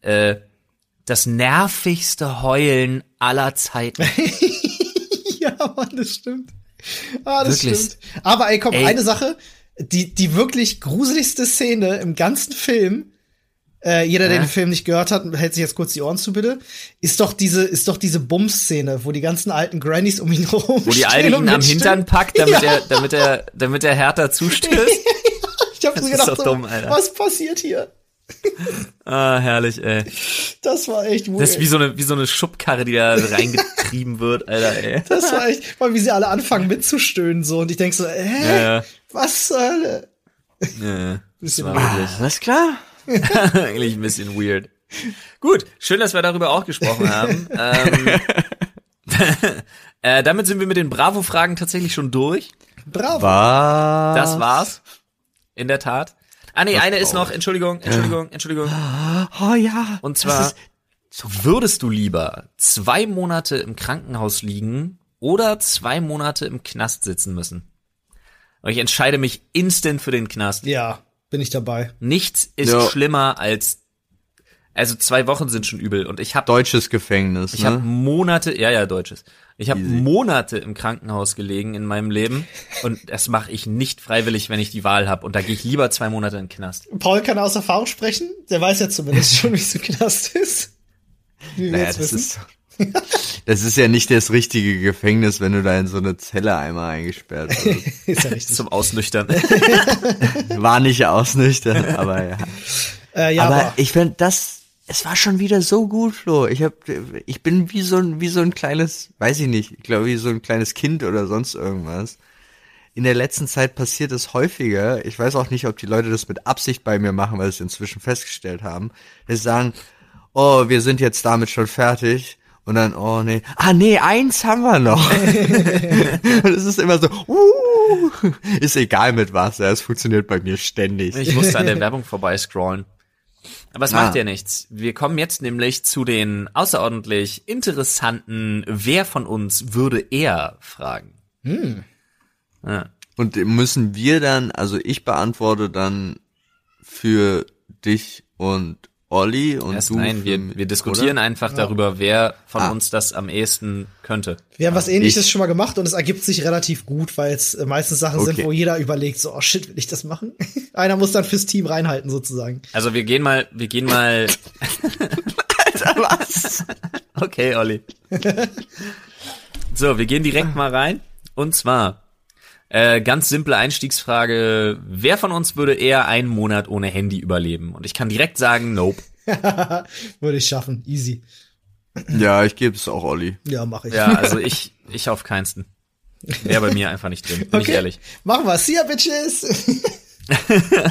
S1: äh, das nervigste Heulen aller Zeiten.
S2: Ja, Mann, das stimmt. Ah, das
S1: Wirklich.
S2: stimmt. Aber ey, komm,
S1: Ey.
S2: eine Sache, die, die wirklich gruseligste Szene im ganzen Film, äh, jeder, der
S1: Ja.
S2: den Film nicht gehört hat, hält sich jetzt kurz die Ohren zu, bitte, ist doch diese, ist doch diese Bums-Szene, wo die ganzen alten Grannies um ihn herum
S1: Wo die
S2: stehen
S1: Alte
S2: und
S1: ihn am
S2: mitstimmen.
S1: Hintern packt, damit,
S2: Ja.
S1: er, damit, er, damit er härter zustößt.
S2: Ich hab so
S1: ist
S2: gedacht,
S1: doch
S2: so,
S1: dumm, Alter.
S2: was passiert hier?
S1: Ah, herrlich, ey.
S2: Das war echt weird.
S1: Das ist wie so eine, wie so eine Schubkarre, die da reingetrieben wird, Alter, ey.
S2: Das war echt, vor allem, wie sie alle anfangen mitzustöhnen so und ich denk so, hä?
S1: Ja, ja.
S2: Was zur Hölle?
S1: Ja, das war
S3: Ah, alles klar?
S1: eigentlich ein bisschen weird. Gut, schön, dass wir darüber auch gesprochen haben. ähm, äh, damit sind wir mit den Bravo-Fragen tatsächlich schon durch.
S2: Bravo.
S3: Was?
S1: Ah. Das Ah, war's. In der Tat. Ah nee, eine ist noch, Entschuldigung, Entschuldigung, Entschuldigung.
S3: Oh ja.
S1: Und
S3: das
S1: zwar,
S3: ist-
S1: würdest du lieber zwei Monate im Krankenhaus liegen oder zwei Monate im Knast sitzen müssen? Und ich entscheide mich instant für den Knast.
S2: Ja, bin ich dabei.
S1: Nichts ist
S3: Ja.
S1: schlimmer als, also zwei Wochen sind schon übel und ich habe
S3: deutsches Gefängnis,
S1: ich habe
S3: ne?
S1: Monate, ja, ja, deutsches. Ich habe Monate im Krankenhaus gelegen in meinem Leben und das mache ich nicht freiwillig, wenn ich die Wahl habe. Und da gehe ich lieber zwei Monate in den Knast. um
S2: Paul kann aus Erfahrung sprechen. Der weiß ja zumindest schon, wie es im Knast ist. Wie wir
S3: naja,
S2: jetzt
S3: das
S2: wissen.
S3: ist Das ist ja nicht das richtige Gefängnis, wenn du da in so eine Zelle einmal eingesperrt wirst.
S2: ist ja richtig.
S1: Zum Ausnüchtern.
S3: War nicht ausnüchtern, aber ja.
S2: äh, ja,
S3: aber
S2: aber,
S3: ich find das, es war schon wieder so gut, Flo. Ich hab, ich bin wie so ein, wie so ein kleines, weiß ich nicht, ich glaube wie so ein kleines Kind oder sonst irgendwas. In der letzten Zeit passiert es häufiger. Ich weiß auch nicht, ob die Leute das mit Absicht bei mir machen, weil sie es inzwischen festgestellt haben. dass sie sagen, oh, wir sind jetzt damit schon fertig. Und dann, oh nee, ah nee, eins haben wir noch. Und es ist immer so, uh, ist egal mit was, ja, es funktioniert bei mir ständig.
S1: Ich musste an der Werbung vorbeiscrollen. Aber es
S3: Ah.
S1: macht ja nichts. Wir kommen jetzt nämlich zu den außerordentlich interessanten Wer von uns würde eher fragen. Hm. Ja.
S3: Und müssen wir dann, also ich beantworte dann für dich und Olli und
S1: Erst
S3: du.
S1: nein,
S3: für
S1: wir,
S3: mich,
S1: wir diskutieren
S3: oder?
S1: einfach darüber, wer von
S3: Ah.
S1: uns das am ehesten könnte.
S2: wir haben was ähnliches
S3: ich-
S2: schon mal gemacht und es ergibt sich relativ gut, weil es äh, meistens Sachen sind,
S3: Okay.
S2: wo jeder überlegt, so, oh shit, will ich das machen? Einer muss dann fürs Team reinhalten, sozusagen.
S1: Also wir gehen mal, wir gehen mal.
S3: Was?
S1: Okay, Olli. So, wir gehen direkt mal rein. Und zwar, äh, ganz simple Einstiegsfrage. Wer von uns würde eher einen Monat ohne Handy überleben? Und ich kann direkt sagen, nope.
S2: Würde ich schaffen. Easy.
S3: Ja, ich gebe es auch Olli.
S2: Ja, mache ich.
S1: Ja, also ich, ich auf keinsten. Wäre bei mir einfach nicht drin, bin ich ehrlich.
S2: Machen wir. See ya, Bitches.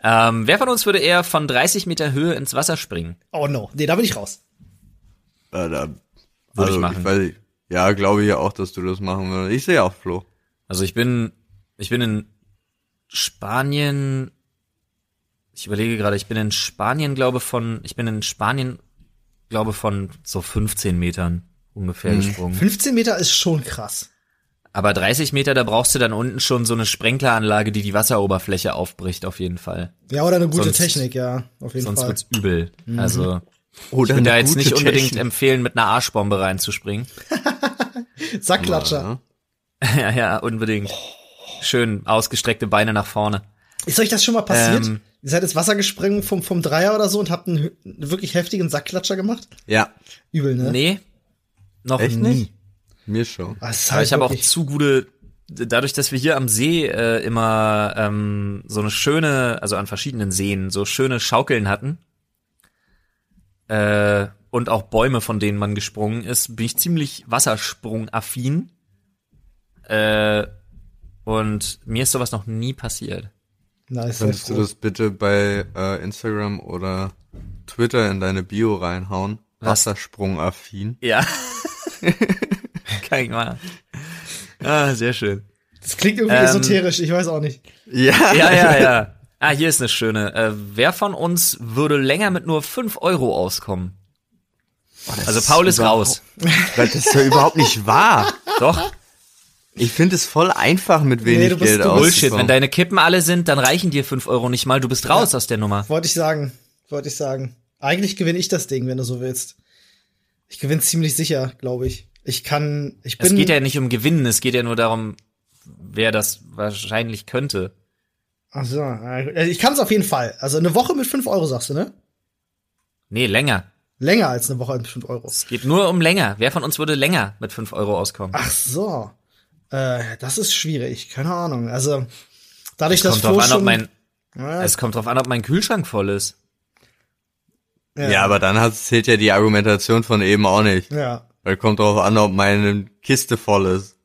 S1: Ähm, wer von uns würde eher von 30 Meter Höhe ins Wasser springen?
S2: oh no. Nee, da bin ich raus.
S3: Äh, da, Würde
S1: Würde ich machen.
S3: weiß, ja, glaube ich ja auch, dass du das machen würdest. Ich sehe auch Flo.
S1: Also ich bin, ich bin in Spanien. Ich überlege gerade, ich bin in Spanien, glaube von, ich bin in Spanien, glaube von so 15 Metern ungefähr
S3: Mhm.
S1: gesprungen.
S2: 15 Meter ist schon krass.
S1: Aber 30 Meter, da brauchst du dann unten schon so eine Sprenkleranlage, die die Wasseroberfläche aufbricht, auf jeden Fall.
S2: Ja, oder eine gute
S1: Sonst-
S2: Technik, ja. Auf jeden
S1: Sonst
S2: Fall.
S1: wird's übel.
S3: Mhm.
S1: Also
S3: Oder
S1: ich würde da jetzt
S3: gute
S1: nicht unbedingt
S3: Technik.
S1: empfehlen, mit einer Arschbombe reinzuspringen.
S2: Sackklatscher.
S3: Ja. ne?
S1: ja, ja, unbedingt. Schön ausgestreckte Beine nach vorne.
S2: Ist euch das schon mal passiert?
S1: Ähm.
S2: Ihr seid ins Wasser gesprungen vom, vom Dreier oder so und habt einen, hö- einen wirklich heftigen Sackklatscher gemacht?
S3: Ja,
S2: Übel, ne?
S1: Nee, noch
S3: echt
S1: nie.
S3: nicht? Mir schon.
S2: Ah, es ist
S1: Aber
S2: halt
S1: ich habe auch
S2: wirklich-
S1: zu gute, dadurch, dass wir hier am See äh, immer ähm, so eine schöne, also an verschiedenen Seen, so schöne Schaukeln hatten äh, und auch Bäume, von denen man gesprungen ist, bin ich ziemlich wassersprungaffin. Äh, und mir ist sowas noch nie passiert.
S2: Nice, sehr
S3: Kannst du
S2: froh.
S3: das bitte bei äh, Instagram oder Twitter in deine Bio reinhauen?
S1: Was?
S3: Wassersprung-affin.
S1: Ja. Kann ich mal. Ah, sehr schön.
S2: Das klingt irgendwie
S1: Ähm.
S2: esoterisch, ich weiß auch nicht.
S3: Ja.
S1: Ja, ja, ja. Ah, hier ist eine schöne. Äh, wer von uns würde länger mit nur 5 Euro auskommen? Also Paul ist raus.
S3: Das ist ja überhaupt nicht wahr.
S1: Doch,
S3: Ich finde es voll einfach mit wenig
S2: du bist- du
S3: Geld
S2: bist-
S1: Bullshit. Wenn
S3: auszukommen.
S1: deine Kippen alle sind, dann reichen dir 5 Euro nicht mal. Du bist raus aus der Nummer.
S2: Wollte ich sagen. Wollte ich sagen. Eigentlich gewinne ich das Ding, wenn du so willst. Ich gewinne ziemlich sicher, glaube ich. Ich kann, ich bin.
S1: Es geht ja nicht um Gewinnen, es geht ja nur darum, wer das wahrscheinlich könnte.
S2: Ach so, na gut. Also ich kann es auf jeden Fall. Also eine Woche mit 5 Euro sagst du, ne?
S1: Nee, länger.
S2: Länger als eine Woche mit 5 Euro.
S1: Es geht nur um länger. Wer von uns würde länger mit 5 Euro auskommen?
S2: Ach so. Äh, das ist schwierig. Keine Ahnung. Also, dadurch, dass
S1: kommt drauf
S2: Flo
S1: an, ob
S2: schon.
S1: mein,
S2: ja,
S1: es kommt drauf an, ob mein Kühlschrank voll ist.
S2: ja,
S3: Ja, aber dann hat, zählt ja die Argumentation von eben auch nicht.
S2: Ja,
S3: Weil kommt drauf an, ob meine Kiste voll ist.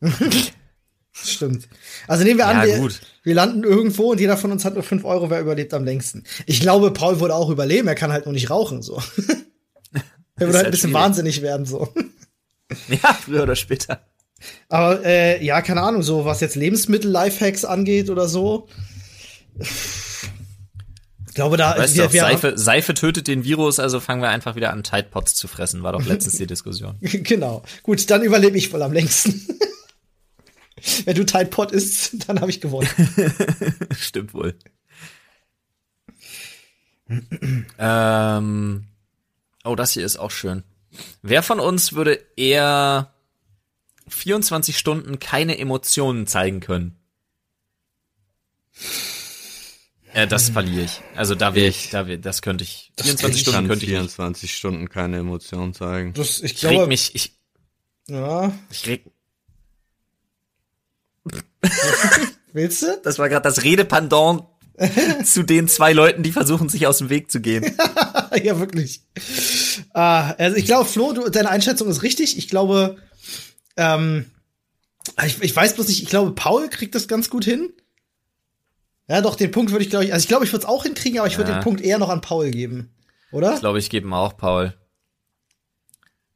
S2: stimmt. Also nehmen wir an,
S1: Ja,
S2: wir,
S1: gut.
S2: wir landen irgendwo und jeder von uns hat nur 5 Euro, wer überlebt am längsten. Ich glaube, Paul würde auch überleben, er kann halt nur nicht rauchen, so. er würde halt ein
S1: halt
S2: bisschen
S1: schwierig.
S2: wahnsinnig werden, so.
S1: Ja, früher oder später.
S2: Aber äh, ja, keine Ahnung, so was jetzt Lebensmittel-Lifehacks angeht oder so. Ich glaube, da
S1: Weißt du, Seife, Seife tötet den Virus, also fangen wir einfach wieder an, Tide Pods zu fressen. War doch letztens die Diskussion.
S2: Genau. Gut, dann überlebe ich wohl am längsten. Wenn du Tide Pod isst, dann habe ich gewonnen.
S1: Stimmt wohl. ähm, oh, das hier ist auch schön. Wer von uns würde eher 24 Stunden keine Emotionen zeigen können? Äh, das verliere ich. Also da wäre ich, da wär, das könnte ich. 24
S3: Ich
S1: Stunden
S3: kann
S1: könnte ich nicht.
S3: 24 Stunden keine Emotionen zeigen.
S2: Das, ich
S1: Ich reg
S2: glaube,
S1: mich, ich,
S2: ja,
S1: ich reg,
S2: willst du?
S1: das war gerade das Redependant zu den zwei Leuten, die versuchen, sich aus dem Weg zu gehen.
S2: ja, wirklich. Ah, also ich glaube, Flo, du, deine Einschätzung ist richtig. Ich glaube, ähm, ich, ich weiß bloß nicht, ich glaube, Paul kriegt das ganz gut hin. Ja, doch, den Punkt würde ich, glaube ich, also ich glaube, ich würde es auch hinkriegen, aber ich würde
S1: Ja.
S2: den Punkt eher noch an Paul geben. Oder?
S1: Ich glaube, ich gebe ihm auch Paul.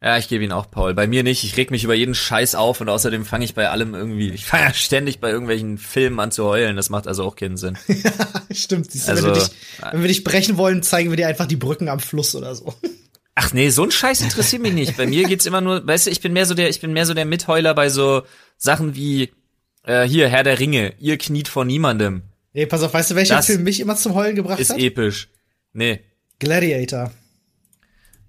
S1: Ja, ich gebe ihn auch Paul. Bei mir nicht. Ich reg mich über jeden Scheiß auf und außerdem fange ich bei allem irgendwie, ich fange ja ständig bei irgendwelchen Filmen an zu heulen. Das macht also auch keinen Sinn.
S2: Stimmt, siehst du, wenn, du
S1: Also-
S2: dich, wenn wir dich brechen wollen, zeigen wir dir einfach die Brücken am Fluss oder so.
S1: Ach nee, so ein Scheiß interessiert mich nicht. Bei mir geht's immer nur, weißt du, ich bin mehr so der, ich bin mehr so der Mitheuler bei so Sachen wie äh, hier Herr der Ringe, ihr kniet vor niemandem,
S2: Nee, pass auf, weißt du, welcher
S1: Das
S2: Film mich immer zum Heulen gebracht
S1: ist
S2: hat?
S1: episch. Nee.
S2: Gladiator.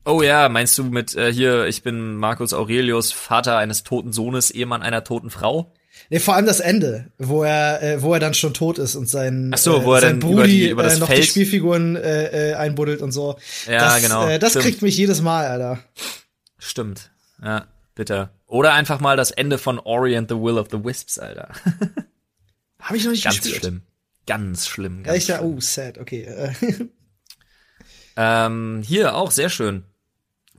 S1: Oh ja, meinst du mit äh, hier, ich bin Marcus Aurelius, Vater eines toten Sohnes, Ehemann einer toten Frau?
S2: Nee, vor allem das Ende, wo er, äh, wo er dann schon tot ist und sein,
S1: Ach so,
S2: äh,
S1: wo er
S2: sein
S1: dann über die- über das
S2: äh, noch
S1: Feld-
S2: die Spielfiguren äh, äh, einbuddelt und so.
S1: Ja,
S2: das,
S1: genau,
S2: Äh, das
S1: stimmt.
S2: kriegt mich jedes Mal, Alter.
S1: Stimmt. Ja, bitter. Oder einfach mal das Ende von Orient the Will of the Wisps, Alter.
S2: Habe ich noch nicht
S1: Ganz
S2: gespielt.
S1: schlimm. Ganz schlimm.
S2: Ja,
S1: Ganz
S2: ich da,
S1: schlimm.
S2: oh, sad, okay. äh,
S1: Ähm, hier auch sehr schön.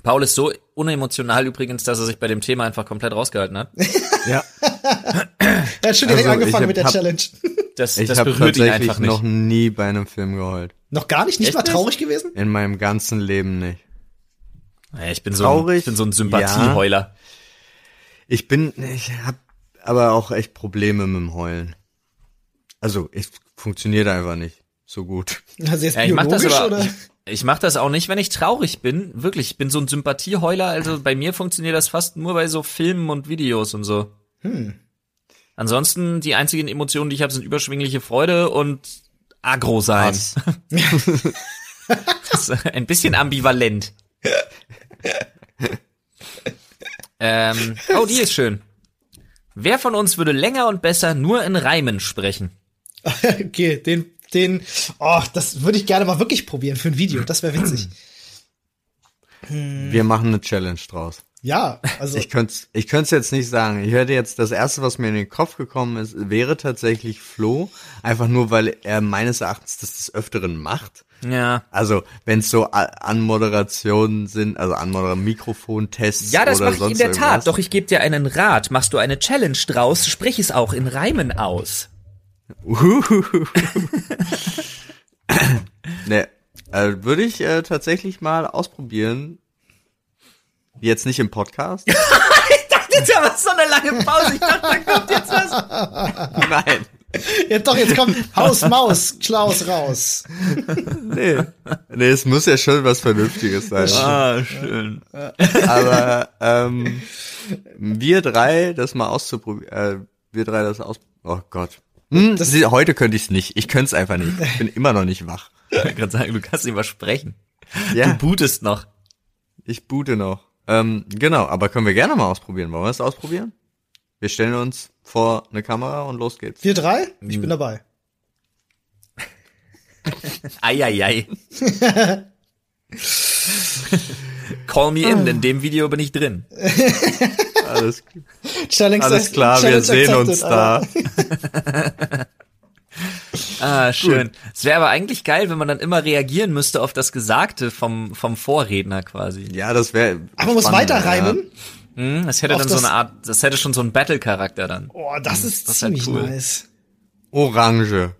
S1: Paul ist so unemotional übrigens, dass er sich bei dem Thema einfach komplett rausgehalten hat.
S3: Ja.
S2: Er hat schon direkt
S3: Also,
S2: angefangen
S3: ich
S2: mit der
S3: hab-
S2: Challenge.
S1: Das,
S3: Ich
S1: das
S3: habe
S1: berührt ihn
S3: tatsächlich
S1: einfach nicht.
S3: noch nie bei einem Film geheult.
S2: noch gar nicht? Nicht
S1: Echt
S2: mal
S1: nicht?
S2: traurig gewesen?
S3: In meinem ganzen Leben nicht.
S1: Ja, ich bin so ein,
S3: Traurig,
S1: ich bin so ein Sympathieheuler.
S3: Ich bin, ich habe aber auch echt Probleme mit dem Heulen. Also, es funktioniert einfach nicht so gut.
S2: Also jetzt
S1: Ja, ich mach das
S2: biologisch
S1: aber,
S2: oder?
S1: ich, ich mach das auch nicht, wenn ich traurig bin. Wirklich, ich bin so ein Sympathieheuler. Also bei mir funktioniert das fast nur bei so Filmen und Videos und so. Hm. Ansonsten die einzigen Emotionen, die ich habe, sind überschwingliche Freude und aggro sein.
S3: Hass.
S1: Das ist ein bisschen ambivalent. ähm, oh, die ist schön. Wer von uns würde länger und besser nur in Reimen sprechen?
S2: okay, den, den, oh, das würde ich gerne mal wirklich probieren für ein Video. Das wäre witzig.
S3: Wir machen eine Challenge draus.
S2: Ja, also.
S3: Ich könnte es ich könnt's jetzt nicht sagen. Ich hörte jetzt, das Erste, was mir in den Kopf gekommen ist, wäre tatsächlich Flo. Einfach nur, weil er meines Erachtens das des Öfteren macht.
S1: Ja.
S3: Also, wenn es so A- Anmoderationen sind, also Anmoderer Mikrofontests
S1: Ja, das
S3: oder
S1: mache ich in
S3: sonst
S1: der Tat.
S3: irgendwas.
S1: Doch ich gebe dir einen Rat. Machst du eine Challenge draus, sprich es auch in Reimen aus.
S3: Uhuhuhu. ne, äh, würde ich äh, tatsächlich mal ausprobieren. Jetzt nicht im Podcast.
S1: Jetzt war so eine lange Pause. Ich dachte, da kommt jetzt was.
S3: Nein.
S2: Ja, doch, jetzt kommt Haus, Maus, Klaus raus.
S3: Nee. Nee, es muss ja schon was Vernünftiges sein.
S1: Ah, schön.
S3: Aber ähm, wir drei das mal auszuprobieren. Äh, wir drei das aus. Oh Gott. Hm, Sie- heute könnte ich es nicht. Ich könnte es einfach nicht. Ich bin immer noch nicht wach.
S1: Ich wollte gerade sagen, du kannst nicht mal sprechen. Du
S3: Ja,
S1: bootest noch.
S3: ich boote noch. Ähm, genau, aber können wir gerne mal ausprobieren. Wollen wir es ausprobieren? Wir stellen uns vor eine Kamera und los geht's.
S2: Wir drei? Ich
S1: Mhm.
S2: bin dabei.
S1: Eieiei. Call me in, in dem Video bin ich drin.
S3: Alles,
S2: Challenge
S3: alles klar, wir
S2: Challenge
S3: sehen
S2: accepted,
S3: uns da.
S2: Alter.
S1: Ah, schön. Es wäre aber eigentlich geil, wenn man dann immer reagieren müsste auf das Gesagte vom, vom Vorredner quasi.
S3: Ja, das wäre.
S2: Aber man muss weiter reimen.
S1: Hm, das hätte
S2: Auf
S1: dann so
S2: das-
S1: eine Art, das hätte schon so einen Battle-Charakter dann.
S2: Oh, das ist
S1: Das ist halt
S2: ziemlich
S1: cool.
S2: nice.
S3: Orange.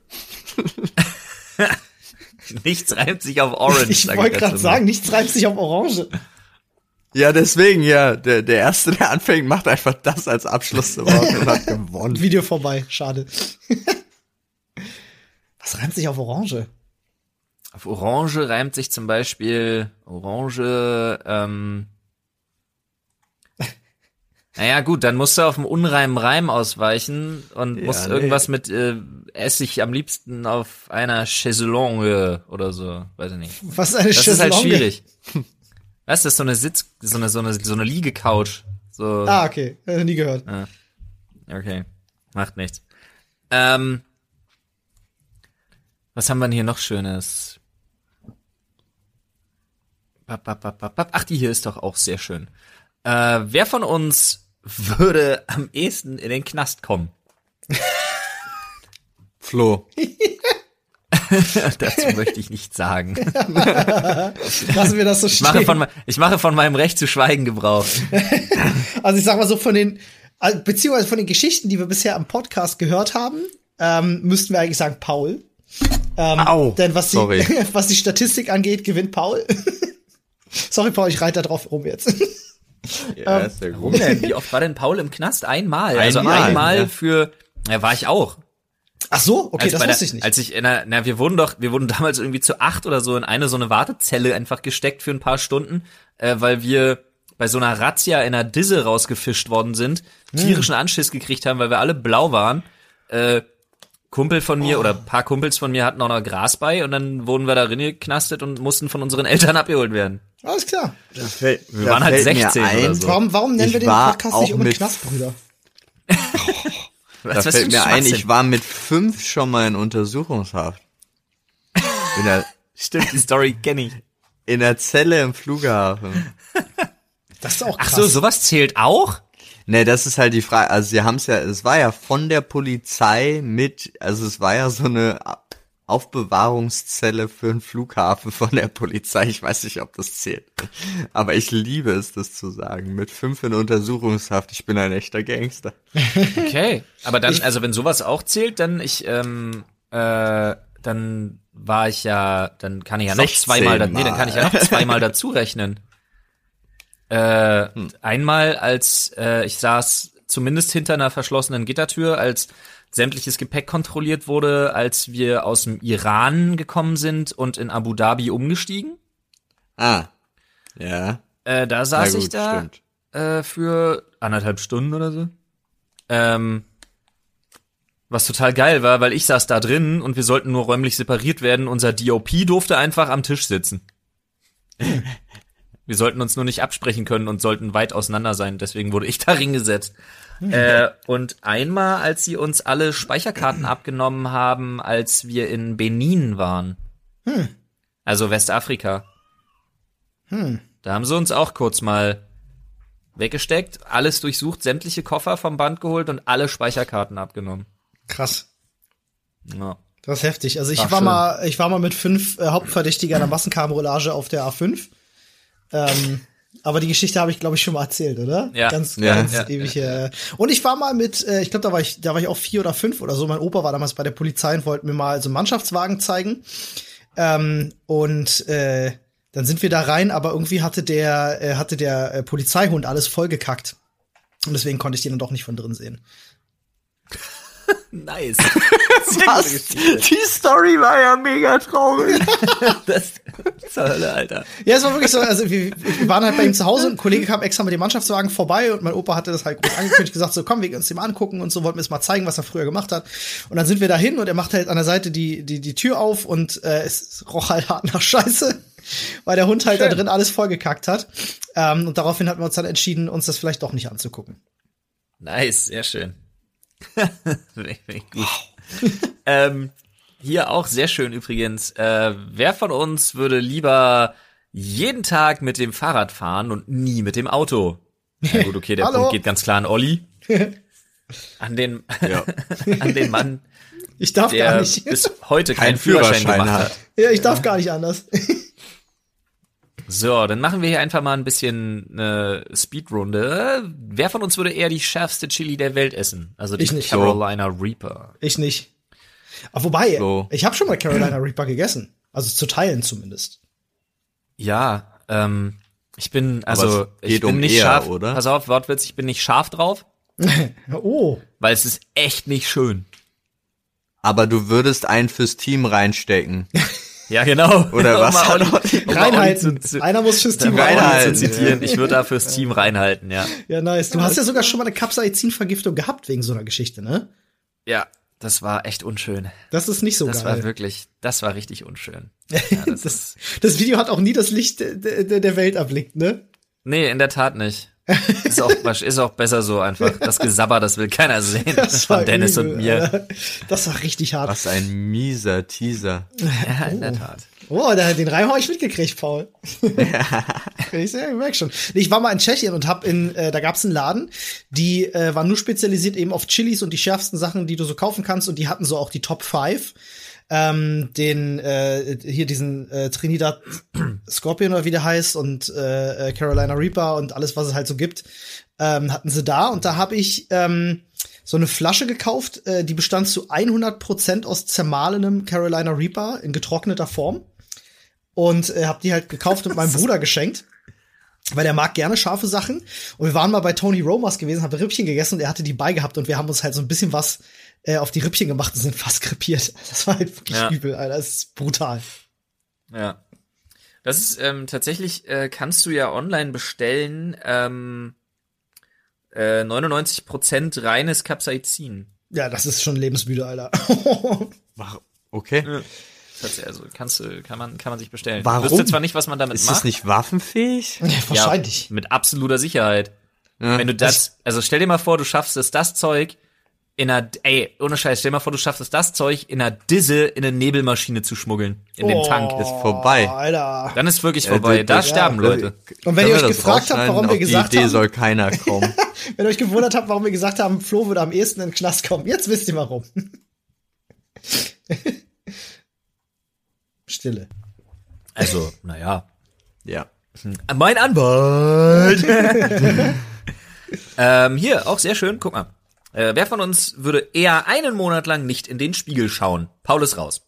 S1: Nichts reimt sich auf Orange. ne?
S2: Ich
S1: sag
S2: wollte
S1: dazu
S2: gerade
S1: mal.
S2: sagen, nichts reimt sich auf Orange.
S3: Ja, deswegen, ja. Der, der Erste, der anfängt, macht einfach das als Abschlusswort und hat gewonnen.
S2: Video vorbei, schade. Was reimt sich auf Orange?
S1: Auf Orange reimt sich zum Beispiel Orange, ähm, naja, gut, dann musst du auf einen unreimen Reim ausweichen und
S3: Ja,
S1: musst
S3: nee.
S1: irgendwas mit äh, Essig am liebsten auf einer Chaiselongue oder so. Weiß ich nicht.
S2: Was eine
S1: Das ist halt
S2: Chaiselongue.
S1: schwierig. Weißt du, das ist so eine Sitz, so eine, so eine, so eine Liegecouch. So,
S2: Ah, okay. Äh, nie gehört.
S1: okay. Macht nichts. Ähm, was haben wir denn hier noch Schönes? Bap, bap, bap, bap, bap. Ach, die hier ist doch auch sehr schön. Äh, wer von uns würde am ehesten in den Knast kommen?
S3: Flo.
S1: Dazu möchte ich nichts sagen.
S2: Lassen wir das so
S1: Ich mache,
S2: stehen.
S1: von, me- ich mache von meinem Recht zu schweigen Gebrauch.
S2: Also ich sag mal so von den, also beziehungsweise von den Geschichten, die wir bisher am Podcast gehört haben, ähm, müssten wir eigentlich sagen Paul. Ähm,
S1: Oh,
S3: Au,
S2: denn was die,
S3: sorry.
S2: was die Statistik angeht, gewinnt Paul. sorry, Paul, ich reite da drauf rum jetzt. Ähm,
S3: Ja, ist ja gut.
S1: Wie oft war denn Paul im Knast? Einmal. Also
S3: Einmal,
S1: einmal
S3: ja.
S1: für. Ja, war ich auch.
S2: Ach so, okay,
S1: als
S2: das
S1: bei der,
S2: wusste ich nicht.
S1: Als ich in der, na, wir wurden doch, wir wurden damals irgendwie zu acht oder so in eine so eine Wartezelle einfach gesteckt für ein paar Stunden, äh, weil wir bei so einer Razzia in einer Disse rausgefischt worden sind,
S2: Hm.
S1: tierischen Anschiss gekriegt haben, weil wir alle blau waren. Äh, Kumpel von
S2: Oh.
S1: mir oder ein paar Kumpels von mir hatten auch noch Gras bei und dann wurden wir darin geknastet und mussten von unseren Eltern abgeholt werden.
S2: Alles klar.
S3: Wir
S1: waren halt 16 oder so.
S2: Warum, warum nennen
S3: Ich
S2: wir den
S3: war
S2: Podcast nicht
S3: auch
S2: um den
S3: mit-
S2: Knastbrüder?
S3: Da
S1: Was,
S3: fällt mir ein, ich
S1: war
S3: war mit fünf schon mal in Untersuchungshaft. In der,
S1: Stimmt, die Story kenne ich.
S3: in der Zelle im Flughafen.
S2: Das ist auch krass.
S1: Ach so, sowas zählt auch?
S3: Ne, das ist halt die Frage. Also sie haben es ja, es war ja von der Polizei mit, also es war ja so eine Ab- Aufbewahrungszelle für einen Flughafen von der Polizei. Ich weiß nicht, ob das zählt. Aber ich liebe es, das zu sagen. Mit fünf in Untersuchungshaft, ich bin ein echter Gangster.
S1: Okay, aber dann, also wenn sowas auch zählt, dann ich, ähm, äh, dann war ich ja, dann kann ich ja noch
S3: 16
S1: zweimal, da, nee, dann
S3: Mal.
S1: kann ich ja noch zweimal dazu rechnen. Äh,
S3: Hm.
S1: Einmal als äh, ich saß zumindest hinter einer verschlossenen Gittertür, als sämtliches Gepäck kontrolliert wurde, als wir aus dem Iran gekommen sind und in Abu Dhabi umgestiegen.
S3: Ah. Ja.
S1: Äh, da
S3: Na
S1: saß
S3: gut,
S1: ich da
S3: stimmt.
S1: äh, für anderthalb Stunden oder so. Ähm, was total geil war, weil ich saß da drin und wir sollten nur räumlich separiert werden. Unser DOP durfte einfach am Tisch sitzen. wir sollten uns nur nicht absprechen können und sollten weit auseinander sein. Deswegen wurde ich darin gesetzt. Äh, und einmal, als sie uns alle Speicherkarten abgenommen haben, als wir in Benin waren. Also Westafrika. Da haben sie uns auch kurz mal weggesteckt, alles durchsucht, sämtliche Koffer vom Band geholt und alle Speicherkarten abgenommen.
S2: krass.
S1: Ja.
S2: Das ist heftig. Also ich
S1: Ach,
S2: war
S1: schön.
S2: mal, ich war mal mit fünf äh, Hauptverdächtiger in der Massenkarambolage auf der A5. Ähm, aber die Geschichte habe ich, glaube ich, schon mal erzählt, oder?
S1: Ja.
S2: Ganz,
S3: Ja,
S2: ganz
S1: ja,
S2: ewig. Äh. Und ich war mal mit, äh, ich glaube, da war ich, da war ich auch vier oder fünf oder so. Mein Opa war damals bei der Polizei und wollte mir mal so einen Mannschaftswagen zeigen. Ähm, und äh, dann sind wir da rein, aber irgendwie hatte der, äh, hatte der äh, Polizeihund alles vollgekackt. Und deswegen konnte ich den dann doch nicht von drin sehen.
S1: Nice.
S3: Was? Die Story war ja mega traurig.
S1: Das zur Hölle, Alter.
S2: Ja, es war wirklich so, also wir, wir waren halt bei ihm zu Hause und ein Kollege kam extra mit dem Mannschaftswagen vorbei und mein Opa hatte das halt groß angekündigt, gesagt so, komm, wir gehen uns den mal angucken und so, wollten wir es mal zeigen, was er früher gemacht hat. Und dann sind wir da hin und er macht halt an der Seite die, die, die Tür auf und äh, es roch halt hart nach Scheiße, weil der Hund halt da drin alles vollgekackt hat. Ähm, und daraufhin hatten wir uns dann entschieden, uns das vielleicht doch nicht anzugucken.
S1: Nice, sehr schön. Finde ich Gut. ähm, hier auch sehr schön übrigens. Äh, wer von uns würde lieber jeden Tag mit dem Fahrrad fahren und nie mit dem Auto? Na gut, okay, der
S2: Hallo.
S1: Punkt geht ganz klar an Olli. An den,
S3: Ja.
S1: an den Mann,
S2: Ich darf gar
S1: der
S2: nicht.
S1: bis heute keinen
S3: Kein
S1: Führerschein,
S3: Führerschein
S1: gemacht
S3: hat.
S1: hat.
S2: ja, ich darf gar nicht anders.
S1: So, dann machen wir hier einfach mal ein bisschen eine Speedrunde. Wer von uns würde eher die schärfste Chili der Welt essen? Also die
S2: Ich nicht.
S1: Carolina Reaper.
S2: Ich nicht. Aber Ah, wobei,
S3: So.
S2: ich habe schon mal Carolina Reaper gegessen. Also zu teilen zumindest.
S1: Ja, ähm, ich bin, also, ich
S3: es geht
S1: bin
S3: um
S1: nicht
S3: eher,
S1: scharf.
S3: oder?
S1: Pass auf, Wortwitz, ich bin nicht scharf drauf,
S2: Oh.
S1: weil es ist echt nicht schön.
S3: Aber du würdest einen fürs Team reinstecken.
S1: Ja, genau.
S3: Oder
S1: Um
S3: was?
S1: mal Olli- um mal Olli
S2: Reinhalten.
S1: zu- zu-
S2: Einer muss fürs Team
S1: um mal Olli
S3: Reinhalten.
S1: zu zitieren. Ich würde da fürs Team reinhalten, ja.
S2: Ja, nice. Du hast ja sogar schon mal eine Capsaicin-Vergiftung gehabt wegen so einer Geschichte, ne?
S1: Ja, das war echt unschön.
S2: Das ist nicht so
S1: Das war
S2: geil.
S1: wirklich, das war richtig unschön. Ja, das ist,
S2: das Video hat auch nie das Licht äh, der, der der Welt erblickt, ne?
S1: nee, in der Tat nicht. Ist auch, ist auch besser so einfach. Das Gesabber, das will keiner sehen. von Dennis
S2: übel,
S1: und mir.
S2: Alter. Das war richtig hart.
S3: Was ein mieser Teaser.
S1: Ja, in der Tat.
S2: Oh, da, den Reim habe ich mitgekriegt, Paul. ich sehr- ich merk schon. Nee, Ich war mal in Tschechien und hab in, äh, da gab's einen Laden, die äh, waren nur spezialisiert eben auf Chilis und die schärfsten Sachen, die du so kaufen kannst und die hatten so auch die Top 5. Ähm, den, äh, hier diesen äh, Trinidad Scorpion oder wie der heißt und äh, äh, Carolina Reaper und alles, was es halt so gibt, ähm, hatten sie da und da habe ich ähm, so eine Flasche gekauft, äh, die bestand zu 100% aus zermahlenem Carolina Reaper in getrockneter Form und äh, habe die halt gekauft und meinem Bruder geschenkt, weil der mag gerne scharfe Sachen. Und wir waren mal bei Tony Romas gewesen, haben Rippchen gegessen und er hatte die bei gehabt und wir haben uns halt so ein bisschen was äh, auf die Rippchen gemacht und sind fast krepiert. Das war halt wirklich
S1: Ja.
S2: übel, Alter. Das ist brutal.
S1: Ja. Das ist ähm, tatsächlich, äh, kannst du ja online bestellen, ähm, äh, 99% reines Capsaicin.
S2: Ja, das ist schon lebensmüde, Alter.
S3: Warum? Okay.
S1: Tatsächlich, Also kannst du, kann man, kann man sich bestellen.
S3: Warum?
S1: Ich wüsste zwar nicht, was man damit
S3: Ist
S1: macht.
S3: das nicht waffenfähig?
S2: ja, wahrscheinlich.
S1: Ja, mit absoluter Sicherheit. Wenn du das, also stell dir mal vor, du schaffst es, das Zeug in einer, ey, ohne Scheiß, stell dir mal vor, du schaffst es, das Zeug in einer Disse in eine Nebelmaschine zu schmuggeln. In den
S2: Oh,
S1: Tank.
S3: ist vorbei.
S2: Alter.
S1: Dann ist wirklich vorbei.
S3: Äh,
S1: da
S3: ja.
S1: sterben Leute.
S2: Und wenn ihr
S3: Können wir
S2: euch
S3: das
S2: gefragt habt,
S3: rausschneiden?
S2: warum wir
S3: Auf
S2: gesagt
S3: die Idee
S2: haben-
S3: soll keiner kommen.
S2: Wenn ihr euch gewundert habt, warum wir gesagt haben, Flo würde am ehesten in den Knast kommen, jetzt wisst ihr warum. Stille.
S1: Also, naja.
S3: ja.
S1: Mein Anwalt. ähm, hier, auch sehr schön. Guck mal. Äh, wer von uns würde eher einen Monat lang nicht in den Spiegel schauen? Paul ist raus.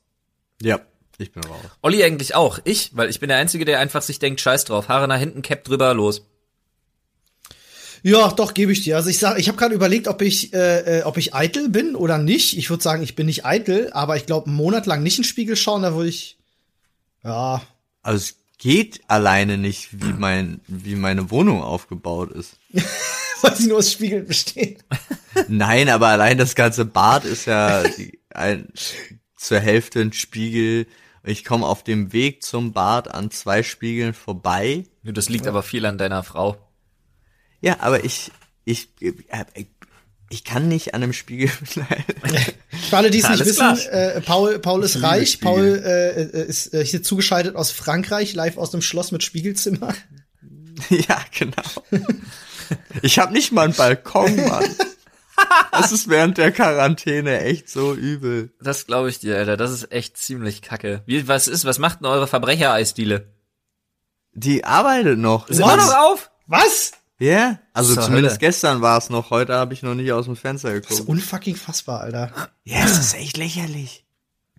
S3: Ja. Ich bin raus.
S1: Olli eigentlich auch. Ich, weil ich bin der Einzige, der einfach sich denkt, scheiß drauf. Haare nach hinten, Cap drüber, los.
S2: Ja, doch, gebe ich dir. Also ich sag, ich habe gerade überlegt, ob ich, äh, äh, ob ich eitel bin oder nicht. Ich würde sagen, ich bin nicht eitel, aber ich glaube, einen Monat lang nicht in den Spiegel schauen, da würde ich. Ja.
S3: Also es geht alleine nicht, wie mein, wie meine Wohnung aufgebaut ist.
S2: Weil sie nur aus Spiegeln bestehen.
S3: Nein, aber allein das ganze Bad ist ja die, ein, zur Hälfte ein Spiegel. Ich komme auf dem Weg zum Bad an zwei Spiegeln vorbei.
S1: Nö, Das liegt aber viel an deiner Frau.
S3: Ja, aber ich, ich, äh, ich, ich kann nicht an einem Spiegel bleiben.
S2: Für alle, die es nicht
S1: Alles
S2: wissen,
S1: klar.
S2: äh, Paul, Paul ist
S3: liebe
S2: reich.
S3: Spiegel.
S2: Paul äh, äh, ist äh, hier zugeschaltet aus Frankreich, live aus einem Schloss mit Spiegelzimmer.
S3: Ja, genau. Ich habe nicht mal einen Balkon, Mann. Das ist während der Quarantäne echt so übel.
S1: Das glaube ich dir, Alter. Das ist echt ziemlich kacke. Wie, was ist, was macht denn eure Verbrechereisdiele?
S3: Die arbeitet noch.
S1: Ist immer noch auf?
S2: Was?
S3: Ja, also
S1: Zur
S3: zumindest
S1: Hölle.
S3: gestern war es noch. Heute habe ich noch nicht aus dem Fenster
S2: Das ist
S3: geguckt.
S2: unfucking fassbar, Alter.
S3: Ja, es ist echt lächerlich.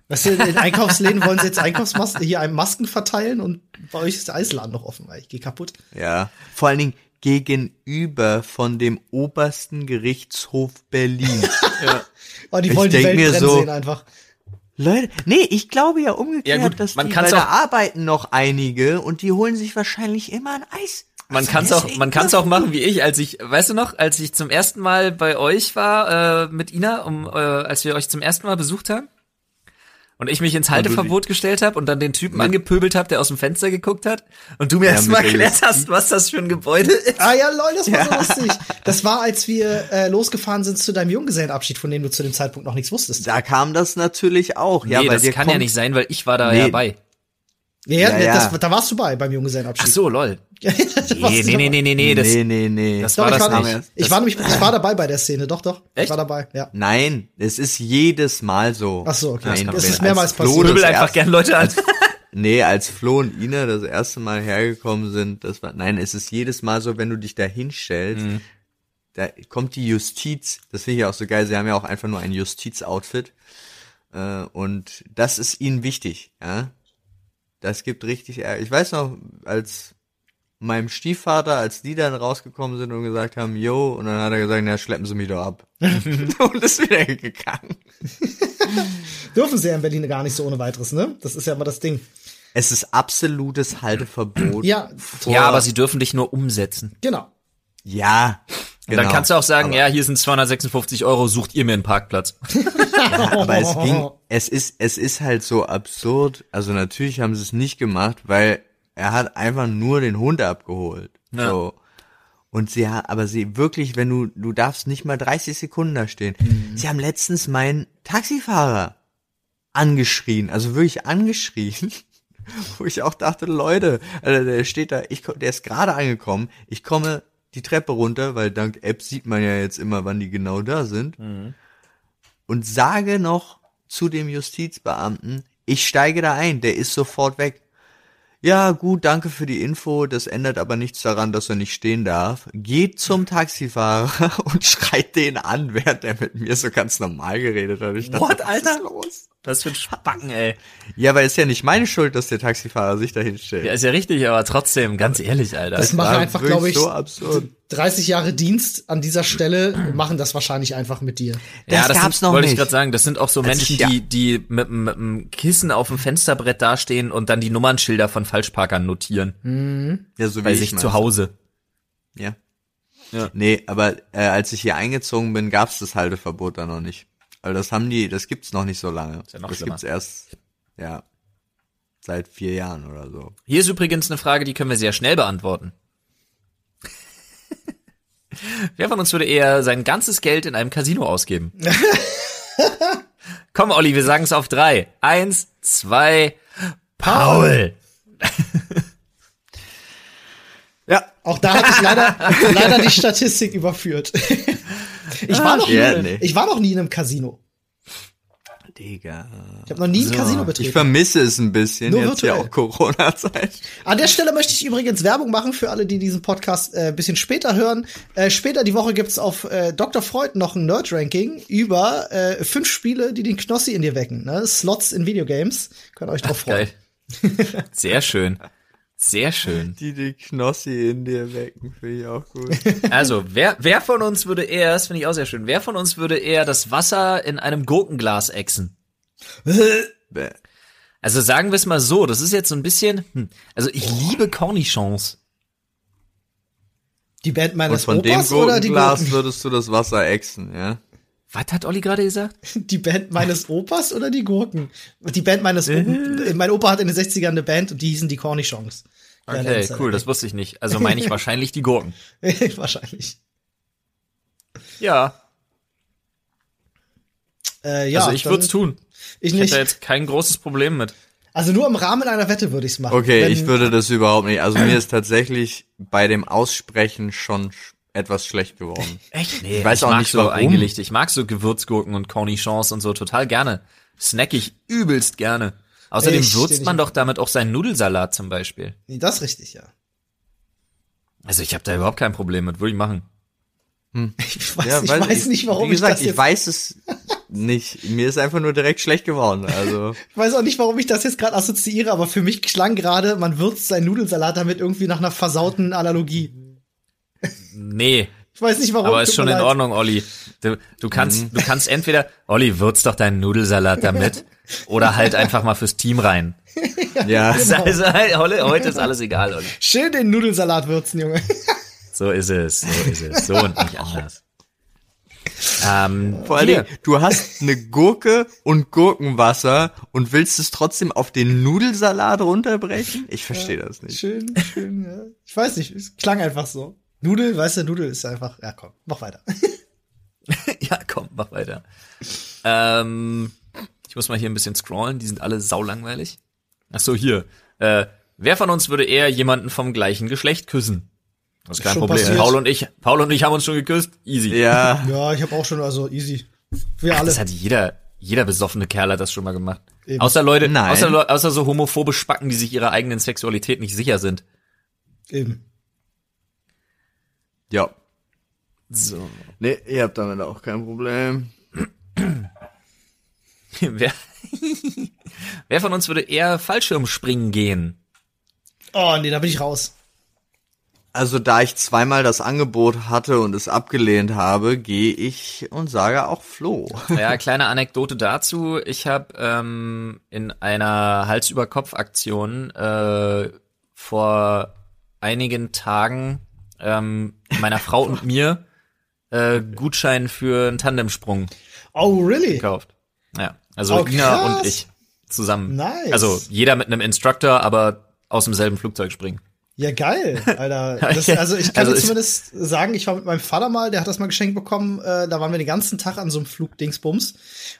S2: Weißt du, in Einkaufsläden wollen sie jetzt Einkaufsmasken hier einem Masken verteilen und bei euch ist der Eisladen noch offen, weil ich gehe kaputt.
S3: Ja, vor allen Dingen gegenüber von dem obersten Gerichtshof Berlin.
S2: Aber die
S3: Ich
S2: wollen die
S3: denk
S2: Welt
S3: mir
S2: brennen
S3: so-
S2: sehen einfach.
S3: Leute, nee, ich glaube ja umgekehrt,
S1: Ja, gut,
S3: dass
S1: man
S3: die,
S1: kann's
S3: weil da
S1: auch-
S3: arbeiten noch einige und die holen sich wahrscheinlich immer ein Eis.
S1: Man kann's auch, man kann's auch machen wie ich, als ich, weißt du noch, als ich zum ersten Mal bei euch war äh, mit Ina, um, äh, als wir euch zum ersten Mal besucht haben und ich mich ins Halteverbot gestellt habe und dann den Typen angepöbelt habe, der aus dem Fenster geguckt hat und du mir erst
S3: mit
S1: erstmal
S3: der
S1: erklärt hast, was das für ein Gebäude ist.
S2: Ah ja, lol, das war so lustig. Das war, als wir äh, losgefahren sind zu deinem Junggesellenabschied, von dem du zu dem Zeitpunkt noch nichts wusstest.
S3: Da kam das natürlich auch. Ja,
S1: nee,
S3: weil
S1: das
S3: dir
S1: kann
S3: kommt,
S1: ja nicht sein, weil ich war da
S3: Nee.
S1: ja bei.
S2: Ja, ja,
S3: Ja, ja.
S2: Das, da warst du bei beim
S1: Ach
S2: Junggesellenabschied.
S1: so, lol.
S2: Ja, das warst
S1: Nee,
S2: du
S1: nee, nee, nee,
S2: dabei.
S1: nee, nee,
S3: Nee,
S1: das,
S3: nee, nee, nee.
S1: das
S2: Doch,
S1: war
S2: ich,
S1: das
S2: war,
S1: nicht.
S2: ich,
S1: Das-
S2: war nämlich, ich war dabei bei der Szene, doch, doch. Ich
S1: Echt?
S2: war dabei, ja.
S3: Nein, es ist jedes Mal so.
S2: Ach so, okay.
S3: Nein,
S2: Das
S3: wenn
S2: ist mehrmals
S3: als Flo
S2: passiert.
S3: das
S1: Pöbel einfach
S3: erste-
S1: gern Leute an.
S3: Nee, als Flo und Ina das erste Mal hergekommen sind, das war, nein, es ist jedes Mal so, wenn du dich da hinstellst,
S1: Mhm.
S3: da kommt die Justiz, das finde ich auch so geil, sie haben ja auch einfach nur ein Justiz-Outfit, äh, und das ist ihnen wichtig, ja. Das gibt richtig Ärger. Ich weiß noch, als meinem Stiefvater, als die dann rausgekommen sind und gesagt haben, yo, und dann hat er gesagt, na, schleppen sie mich doch ab. und ist wieder gegangen.
S2: Dürfen sie ja in Berlin gar nicht so ohne weiteres, ne? Das ist ja immer das Ding.
S3: Es ist absolutes Halteverbot.
S2: Ja,
S3: vor-
S1: Ja, aber sie dürfen dich nur umsetzen.
S2: Genau.
S3: Ja. genau.
S1: Und Dann kannst du auch sagen, ja, hier sind 256 Euro, sucht ihr mir einen Parkplatz.
S3: Aber es ging, es ist, es ist halt so absurd. Also natürlich haben sie es nicht gemacht, weil er hat einfach nur den Hund abgeholt.
S1: Ja.
S3: So. Und sie ha- aber sie wirklich, wenn du, du darfst nicht mal 30 Sekunden da stehen. Sie haben letztens meinen Taxifahrer angeschrien, also wirklich angeschrien. Wo ich auch dachte, Leute, also der steht da, ich, ko- der ist gerade angekommen, ich komme die Treppe runter, weil dank App sieht man ja jetzt immer, wann die genau da sind und sage noch zu dem Justizbeamten, ich steige da ein, der ist sofort weg. Ja, gut, danke für die Info, das ändert aber nichts daran, dass er nicht stehen darf. Geht zum Taxifahrer und schreit den an, während er mit mir so ganz normal geredet hat. Ich dachte,
S1: What,
S3: was
S1: Alter?
S3: ist los?
S1: Das wird Spacken, ey.
S3: Ja, weil es ist ja nicht meine Schuld, dass der Taxifahrer sich dahin stellt.
S1: Ja, ist ja richtig, aber trotzdem, ganz ehrlich, Alter.
S2: Das machen
S3: war
S2: einfach,
S3: wirklich
S2: glaube ich,
S3: so absurd.
S2: 30 Jahre Dienst an dieser Stelle machen das wahrscheinlich einfach mit dir.
S1: ja,
S3: das
S1: das
S3: gab's
S1: sind,
S3: noch
S1: wollte ich
S3: nicht.
S1: gerade sagen, das sind auch so Menschen,
S3: ich- ja.
S1: die, die mit, dem- mit einem Kissen auf dem Fensterbrett dastehen und dann die Nummernschilder von Falschparkern notieren.
S3: Ja, so wie
S1: bei
S3: ich
S1: sich
S3: mein.
S1: zu Hause.
S3: Ja.
S1: Ja.
S3: Nee, aber äh, als ich hier eingezogen bin, gab's das Halteverbot da noch nicht. Also das haben die, das gibt's noch nicht so lange.
S1: ja noch
S3: das
S1: schlimmer.
S3: gibt's erst, ja, seit vier Jahren oder so.
S1: Hier ist übrigens eine Frage, die können wir sehr schnell beantworten. Wer von uns würde eher sein ganzes Geld in einem Casino ausgeben? Komm, Olli, wir sagen es auf drei. Eins, zwei, Paul.
S3: Ja.
S2: Auch da hatte ich leider, leider die Statistik überführt. Ich war, noch nie,
S3: ja, nee.
S2: ich war noch nie in einem Casino.
S3: Digga.
S2: Ich habe noch nie ein Casino
S3: Ich
S2: betrieben.
S3: vermisse es ein bisschen,
S2: Nur
S3: jetzt ja
S2: virtuell.
S3: auch Corona-Zeit.
S2: An der Stelle möchte ich übrigens Werbung machen für alle, die diesen Podcast äh, ein bisschen später hören. Äh, später die Woche gibt's auf äh, Dr. Freud noch ein Nerd-Ranking über äh, fünf Spiele, die den Knossi in dir wecken. Ne? Slots in Videogames. Könnt ihr euch drauf freuen.
S1: Geil. Sehr schön. Sehr schön.
S3: Die die Knossi in dir wecken, finde ich auch gut.
S1: Also, wer, wer von uns würde eher, das finde ich auch sehr schön, wer von uns würde eher das Wasser in einem Gurkenglas ächzen?
S3: Bäh.
S1: Also sagen wir es mal so, das ist jetzt so ein bisschen, hm, also ich liebe Cornichons.
S2: Die Band
S3: Und
S2: meines
S3: von dem
S2: Opas oder die,
S3: Gurkenglas
S2: Gurken,
S3: würdest du das Wasser ächzen, ja?
S1: Was hat Olli gerade gesagt?
S2: die Band meines Opas oder die Gurken? Die Band meines
S1: Äh.
S2: Opa. äh, Mein Opa hatte in den 60ern eine Band und die hießen die Cornichons.
S1: Okay, cool, das wusste ich nicht. Also meine ich wahrscheinlich die Gurken.
S2: Wahrscheinlich.
S1: Ja,
S2: Äh, ja,
S1: also ich
S2: dann-
S1: würde es tun. Ich
S2: Ich
S1: hätte da
S2: nicht.
S1: jetzt kein großes Problem mit.
S2: Also nur im Rahmen einer Wette würde ich's machen.
S3: Okay,
S2: Wenn-
S3: ich würde das überhaupt nicht. Also mir ist tatsächlich bei dem Aussprechen schon sch- etwas schlecht geworden.
S1: Echt? Nee, ich
S3: weiß auch
S1: mag
S3: nicht,
S1: so
S3: warum.
S1: eingelicht. Ich mag so Gewürzgurken und Cornichons und so total gerne. Snack ich übelst gerne. Außerdem
S2: Ich steh
S1: würzt
S2: nicht
S1: man
S2: auf-
S1: doch damit auch seinen Nudelsalat zum Beispiel.
S2: Nee, das ist richtig, ja.
S1: Also ich habe da überhaupt kein Problem mit, würde ich machen.
S2: Ich weiß,
S3: Ja,
S2: ich
S3: weil
S2: weiß nicht, warum
S3: wie gesagt,
S2: ich das jetzt,
S3: ich weiß es nicht. Mir ist einfach nur direkt schlecht geworden. Also
S2: ich weiß auch nicht, warum ich das jetzt gerade assoziiere, aber für mich klang gerade, man würzt seinen Nudelsalat damit irgendwie nach einer versauten Analogie.
S1: Nee,
S2: Ich weiß nicht, warum.
S1: aber ist
S2: Oh, tut
S1: schon
S2: mir
S1: in
S2: leid. Mhm.
S1: Ordnung, Olli. Du, du kannst, du kannst entweder, Olli, würz doch deinen Nudelsalat damit oder halt einfach mal fürs Team rein.
S3: ja,
S2: genau.
S1: Das ist Also, Olli, heute ist alles egal, Olli.
S2: Schön den Nudelsalat würzen, Junge.
S1: So ist es, so ist es, so und nicht anders. Ähm,
S3: vor allen
S1: hier.
S3: Dingen, du hast eine Gurke und Gurkenwasser und willst es trotzdem auf den Nudelsalat runterbrechen? Ich verstehe das nicht.
S2: Schön, schön, ja. Ich weiß nicht, es klang einfach so. Nudel, weißt du, Nudel ist einfach, ja komm, mach weiter.
S1: Ja, komm, mach weiter. Ähm, ich muss mal hier ein bisschen scrollen, die sind alle saulangweilig. Ach so, hier. Äh, wer von uns würde eher jemanden vom gleichen Geschlecht küssen? Das ist kein
S2: Schon
S1: Problem.
S2: passiert.
S1: Paul und ich, Paul und ich haben uns schon geküsst. Easy.
S3: Ja,
S2: Ja, ich habe auch schon, also easy. Wir alle.
S1: Das hat jeder, jeder besoffene Kerl hat das schon mal gemacht.
S2: Eben.
S1: Außer Leute,
S3: Nein.
S1: außer, Leu- außer so homophobe Spacken, die sich ihrer eigenen Sexualität nicht sicher sind.
S2: Eben.
S3: ja.
S1: So.
S3: Nee, ihr habt damit auch kein Problem.
S1: Wer, wer von uns würde eher Fallschirmspringen gehen?
S2: Oh, nee, da bin ich raus.
S3: Also da ich zweimal das Angebot hatte und es abgelehnt habe, gehe ich und sage auch Flo.
S1: Ja, kleine Anekdote dazu. Ich habe ähm, in einer Hals-über-Kopf-Aktion äh, vor einigen Tagen ähm, meiner Frau und mir äh, Gutschein für einen Tandemsprung
S2: Oh, really?
S1: gekauft. Ja, also
S2: Oh,
S1: Ina
S2: krass.
S1: und ich zusammen.
S2: Nice.
S1: Also jeder mit einem Instructor, aber aus demselben Flugzeug springen.
S2: Ja, geil, Alter. Das, also ich kann
S1: Also
S2: dir
S1: ich-
S2: zumindest sagen, ich war mit meinem Vater mal, der hat das mal geschenkt bekommen, äh, da waren wir den ganzen Tag an so einem Flugdingsbums.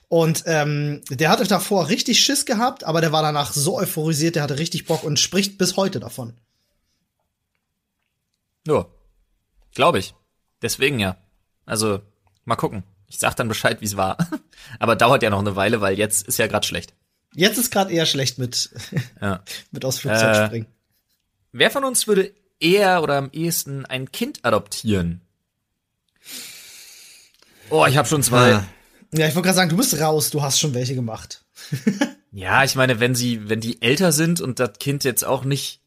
S2: Und ähm, der hatte davor richtig Schiss gehabt, aber der war danach so euphorisiert, der hatte richtig Bock und spricht bis heute davon.
S1: Ja, glaube ich. Deswegen ja. Also mal gucken. Ich sag dann Bescheid, wie es war. Aber dauert ja noch eine Weile, weil jetzt ist ja gerade schlecht.
S2: Jetzt ist gerade eher schlecht mit,
S1: Ja.
S2: mit aus Flugzeug
S1: Äh,
S2: springen.
S1: Wer von uns würde eher oder am ehesten ein Kind adoptieren? Oh, ich habe schon zwei.
S3: Ah.
S2: Ja, ich wollte gerade sagen, du bist raus, du hast schon welche gemacht.
S1: Ja, ich meine, wenn sie, wenn die älter sind und das Kind jetzt auch nicht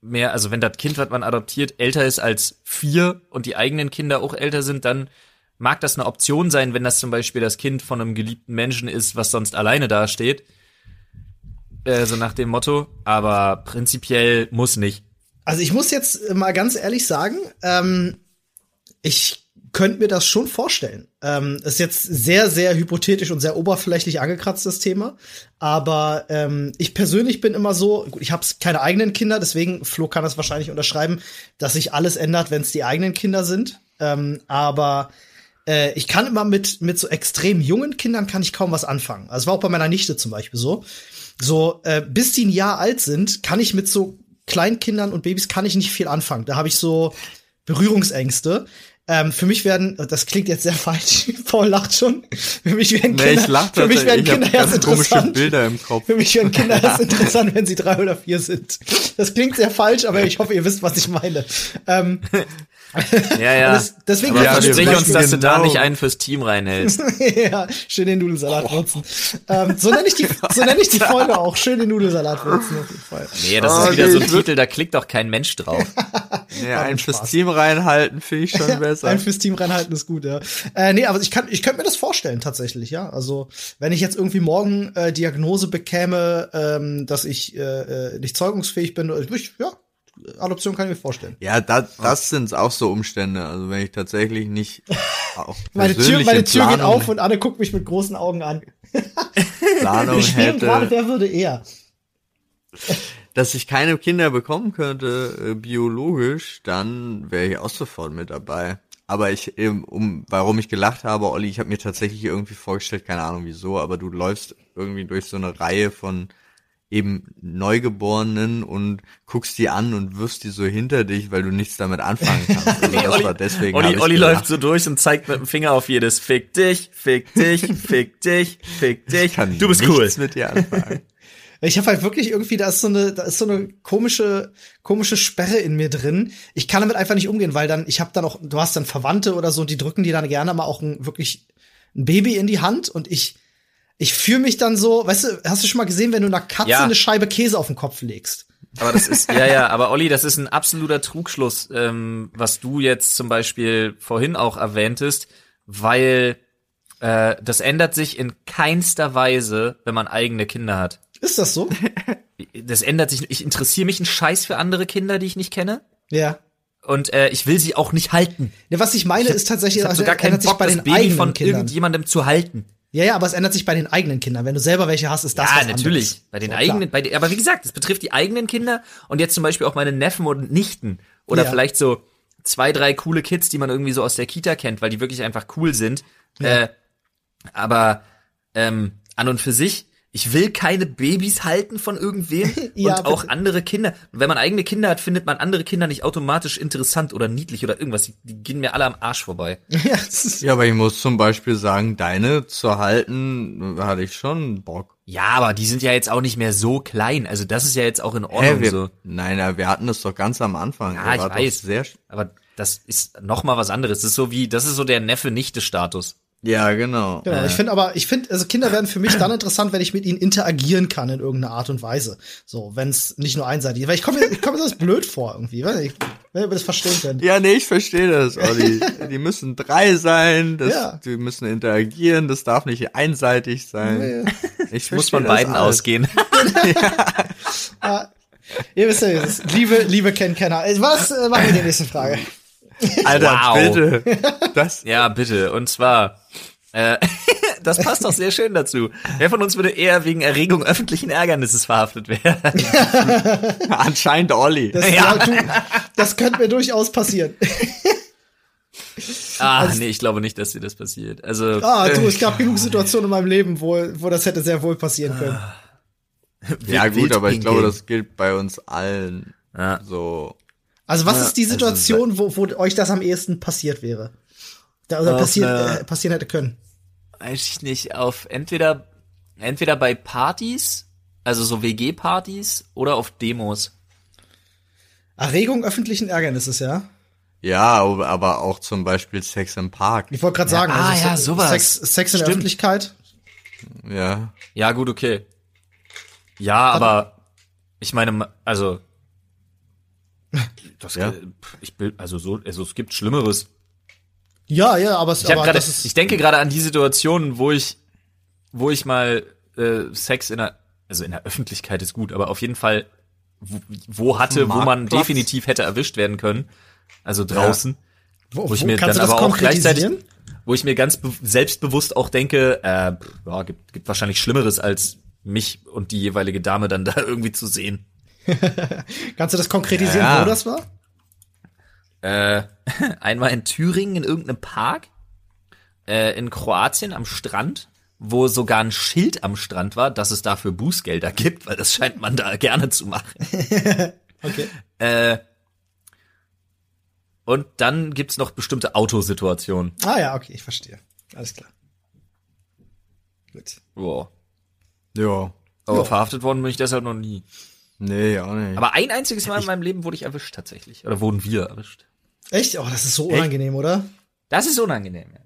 S1: mehr, also wenn das Kind, was man adoptiert, älter ist als vier und die eigenen Kinder auch älter sind, dann mag das eine Option sein, wenn das zum Beispiel das Kind von einem geliebten Menschen ist, was sonst alleine dasteht. Äh, so nach dem Motto. Aber prinzipiell muss nicht.
S2: Also ich muss jetzt mal ganz ehrlich sagen, ähm, ich könnte mir das schon vorstellen. Ähm, ist jetzt sehr, sehr hypothetisch und sehr oberflächlich angekratzt, das Thema. Aber ähm, ich persönlich bin immer so, gut, ich habe keine eigenen Kinder, deswegen, Flo kann das wahrscheinlich unterschreiben, dass sich alles ändert, wenn es die eigenen Kinder sind. Ähm, aber äh, ich kann immer mit, mit so extrem jungen Kindern kann ich kaum was anfangen. Also war auch bei meiner Nichte zum Beispiel so. So, äh, bis die ein Jahr alt sind, kann ich mit so Kleinkindern und Babys kann ich nicht viel anfangen. Da habe ich so Berührungsängste. Ähm, für mich werden, das klingt jetzt sehr falsch, Paul lacht schon. Für mich werden
S3: Nee,
S2: Kinder,
S3: ich lach
S2: für mich werden
S3: tatsächlich. Ich
S2: Kinder
S3: habe
S2: erst
S3: ganz komische
S2: interessant.
S3: Bilder im Kopf.
S2: Für mich werden Kinder erst interessant, wenn sie drei oder vier sind. Das klingt sehr falsch, aber ich hoffe, ihr wisst, was ich meine. Ähm,
S1: Ja, ja.
S2: das- deswegen
S1: Aber
S2: ja, wir
S1: versprich
S2: wissen
S1: uns, dass du da
S3: genau.
S1: nicht einen fürs Team reinhältst.
S2: ja, schön den Nudelsalatwurzen. Ähm, so nenne ich, die- so nenn ich die Folge auch. Schön den Nudelsalatwurzen auf jeden Fall. Ah,
S1: Nee, das ist
S3: Oh,
S1: wieder
S3: nee,
S1: so ein
S3: ich würd-
S1: Titel, da klickt doch kein Mensch drauf.
S3: Ja, einen fürs
S2: Spaß.
S3: Team reinhalten finde ich schon besser.
S2: Ein fürs Team reinhalten ist gut, ja. Äh, nee, aber ich kann, ich könnte mir das vorstellen tatsächlich, ja. Also wenn ich jetzt irgendwie morgen äh, Diagnose bekäme, ähm, dass ich äh, äh, nicht zeugungsfähig bin, oder ich, ja, Adoption kann ich mir vorstellen.
S3: Ja, das, das sind auch so Umstände. Also wenn ich tatsächlich nicht auch
S2: Meine Tür,
S3: persönliche
S2: meine Tür geht
S3: Planung-
S2: auf und Anne guckt mich mit großen Augen an.
S3: Planung
S2: Wir spielen gerade,
S3: hätte,
S2: wer würde eher?
S3: dass ich keine Kinder bekommen könnte äh, biologisch, dann wäre ich auch sofort mit dabei. Aber ich, ähm, um, warum ich gelacht habe, Olli, ich habe mir tatsächlich irgendwie vorgestellt, keine Ahnung wieso, aber du läufst irgendwie durch so eine Reihe von eben Neugeborenen und guckst die an und wirfst die so hinter dich, weil du nichts damit anfangen kannst. Also das war deswegen hab
S1: Olli,
S3: ich
S1: Olli
S3: gelacht.
S1: läuft so durch und zeigt mit dem Finger auf jedes Fick dich, fick dich, fick dich, fick dich.
S3: kann
S1: du bist cool.
S3: nichts mit dir anfangen.
S2: Ich habe halt wirklich irgendwie, da ist so eine, da ist so eine komische, komische Sperre in mir drin. Ich kann damit einfach nicht umgehen, weil dann, ich habe dann auch, du hast dann Verwandte oder so und die drücken dir dann gerne mal auch ein, wirklich ein Baby in die Hand und ich, ich fühle mich dann so, weißt du, hast du schon mal gesehen, wenn du einer Katze
S1: Ja.
S2: eine Scheibe Käse auf den Kopf legst?
S1: Aber das ist, ja, ja, aber Olli, das ist ein absoluter Trugschluss, ähm, was du jetzt zum Beispiel vorhin auch erwähntest, weil äh, das ändert sich in keinster Weise, wenn man eigene Kinder hat.
S2: Ist das so?
S1: Das ändert sich, ich interessiere mich einen Scheiß für andere Kinder, die ich nicht kenne.
S2: ja.
S1: Und äh, ich will sie auch nicht halten.
S2: Ja, was ich meine, ist tatsächlich,
S1: Ich habe
S2: das
S1: sogar keinen
S2: ändert sich
S1: Bock,
S2: bei
S1: das
S2: den
S1: Baby
S2: eigenen
S1: von
S2: Kindern.
S1: irgendjemandem zu halten.
S2: Ja, ja, aber es ändert sich bei den eigenen Kindern. Wenn du selber welche hast, ist das
S1: ja,
S2: was
S1: natürlich.
S2: Anderes.
S1: Bei den
S2: So, klar.
S1: eigenen, bei den, aber wie gesagt, es betrifft die eigenen Kinder und jetzt zum Beispiel auch meine Neffen und Nichten oder
S2: Ja.
S1: vielleicht so zwei, drei coole Kids, die man irgendwie so aus der Kita kennt, weil die wirklich einfach cool sind. Äh, aber ähm, an und für sich, ich will keine Babys halten von irgendwem
S2: Ja,
S1: und auch
S2: bitte.
S1: andere Kinder. Und wenn man eigene Kinder hat, findet man andere Kinder nicht automatisch interessant oder niedlich oder irgendwas. Die, die gehen mir alle am Arsch vorbei.
S2: Ja, es ist-
S3: Ja, aber ich muss zum Beispiel sagen, deine zu halten, hatte ich schon Bock.
S1: Ja, aber die sind ja jetzt auch nicht mehr so klein. Also das ist ja jetzt auch in Ordnung
S3: wir,
S1: so.
S3: Nein, ja, wir hatten das doch ganz am Anfang.
S1: Ja,
S3: Ihr
S1: Ah, ich
S3: wart doch
S1: weiß.
S3: Sehr,
S1: Aber das ist noch mal was anderes. Das ist so wie, das ist so der Neffe-Nichte-Status.
S3: ja, genau.
S2: Genau, ich finde aber, ich finde, also Kinder werden für mich dann interessant, wenn ich mit ihnen interagieren kann in irgendeiner Art und Weise. So, wenn es nicht nur einseitig ist. Weil ich komme mir, ich komme mir das blöd vor irgendwie. Weil ich, wenn wir das verstehen können.
S3: Ja, nee, ich verstehe das, Olli. die müssen drei sein, das,
S2: Ja.
S3: die müssen interagieren, das darf nicht einseitig sein.
S2: Nee.
S3: Ich
S1: Muss
S3: verstehe
S1: von
S3: das
S1: beiden
S3: alles.
S1: ausgehen.
S2: Ah, ihr wisst ja, wie es ist. Liebe, Liebe kennt keiner. Äh, Was äh, machen wir in der nächsten Frage?
S3: Alter,
S1: Wow.
S3: bitte. Das,
S1: Ja, bitte. Und zwar, äh, das passt auch sehr schön dazu. Wer von uns würde eher wegen Erregung öffentlichen Ärgernisses verhaftet werden?
S3: anscheinend Olli.
S2: Das, ja.
S1: Ja.
S2: du, das könnte mir durchaus passieren.
S1: Ah,
S3: Also
S1: nee, ich glaube nicht, dass dir das passiert. Also,
S2: Ah, du, es gab genug Situationen in meinem Leben, wo, wo das hätte sehr wohl passieren können.
S3: ja
S1: wild-
S3: gut, aber ich
S1: wild
S3: glaube,
S1: pinkeln.
S3: das gilt bei uns allen.
S1: Ja.
S3: So.
S2: Also was
S1: Ja,
S2: ist die
S3: also
S2: Situation, wo, wo euch das am ehesten passiert wäre? Da, oder
S1: Auf
S2: passiert,
S1: einer-
S2: äh, passieren hätte können.
S1: weiß ich nicht, auf entweder, entweder bei Partys, also so WG-Partys oder auf Demos.
S2: Erregung öffentlichen Ärgernisses, ja?
S3: Ja, aber auch zum Beispiel Sex im Park.
S2: Ich wollte gerade sagen, also
S1: ah, ja,
S2: Se-
S1: sowas.
S2: Sex, Sex in der
S1: Stimmt.
S2: Öffentlichkeit.
S3: Ja.
S1: Ja, gut, okay. Ja, aber ich meine, ma- also das
S3: Ja.
S1: pf, ich bild, also so also es gibt schlimmeres.
S2: Ja, ja, aber, es-
S1: Ich, hab
S2: aber
S1: grade,
S2: das ist
S1: ich denke gerade an die Situationen, wo ich wo ich mal äh, Sex in der also in der Öffentlichkeit ist gut, aber auf jeden Fall wo, wo hatte, wo man
S3: Marktplatz?
S1: definitiv hätte erwischt werden können. Also draußen.
S2: wo,
S1: wo ich mir
S2: kannst
S1: dann
S2: du das
S1: aber auch gleichzeitig,
S2: konkretisieren?
S1: wo ich mir ganz be- selbstbewusst auch denke, äh, pff, ja, gibt, gibt wahrscheinlich Schlimmeres als mich und die jeweilige Dame dann da irgendwie zu sehen.
S2: Kannst du das konkretisieren,
S3: Ja.
S2: wo das war?
S1: Äh, einmal in Thüringen in irgendeinem Park, äh, in Kroatien am Strand, wo sogar ein Schild am Strand war, dass es dafür Bußgelder gibt, weil das scheint man da gerne zu machen.
S2: Okay.
S1: Äh, und dann gibt's noch bestimmte Autosituationen.
S2: Ah ja, okay, ich verstehe. Alles klar. Gut.
S1: Wow.
S3: Ja.
S1: Aber
S2: Ja.
S1: Oh. verhaftet worden bin ich deshalb noch nie.
S3: Nee, auch nicht.
S1: Aber ein einziges Mal in meinem Leben wurde ich erwischt tatsächlich. Oder wurden wir erwischt.
S2: Echt? Oh, das ist so unangenehm, oder?
S1: Das ist unangenehm. Ja.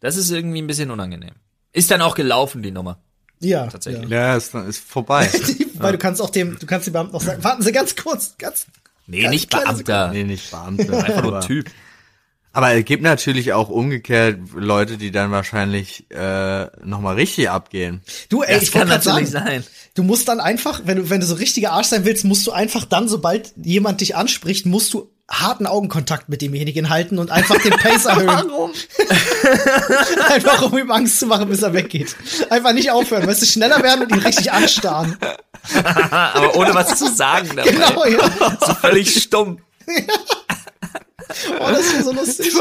S1: Das ist irgendwie ein bisschen unangenehm. Ist dann auch gelaufen, die Nummer.
S2: Ja.
S1: Tatsächlich.
S3: ja, ist, ist vorbei.
S2: Ja. Weil du kannst auch dem, du kannst dem Beamten auch sagen, warten Sie ganz kurz, ganz.
S1: Nee,
S2: Ja,
S1: nicht
S2: kleine
S1: Beamter.
S3: nee, nicht Beamte.
S1: Einfach nur
S3: aber-
S1: ein Typ.
S3: Aber es gibt natürlich auch umgekehrt Leute, die dann wahrscheinlich äh, nochmal richtig abgehen.
S2: Du, ey,
S1: Das
S2: ich
S1: kann
S2: wollte gerade sagen,
S1: natürlich sein.
S2: du musst dann einfach, wenn du, wenn du so richtiger Arsch sein willst, musst du einfach dann, sobald jemand dich anspricht, musst du harten Augenkontakt mit demjenigen halten und einfach den Pace erhöhen. einfach um ihm Angst zu machen, bis er weggeht. Einfach nicht aufhören, weißt du, schneller werden und ihn richtig anstarren.
S1: Ah, aber ohne was zu sagen dabei.
S2: Genau, ja.
S1: So völlig stumm.
S2: Oh, das ist so lustig.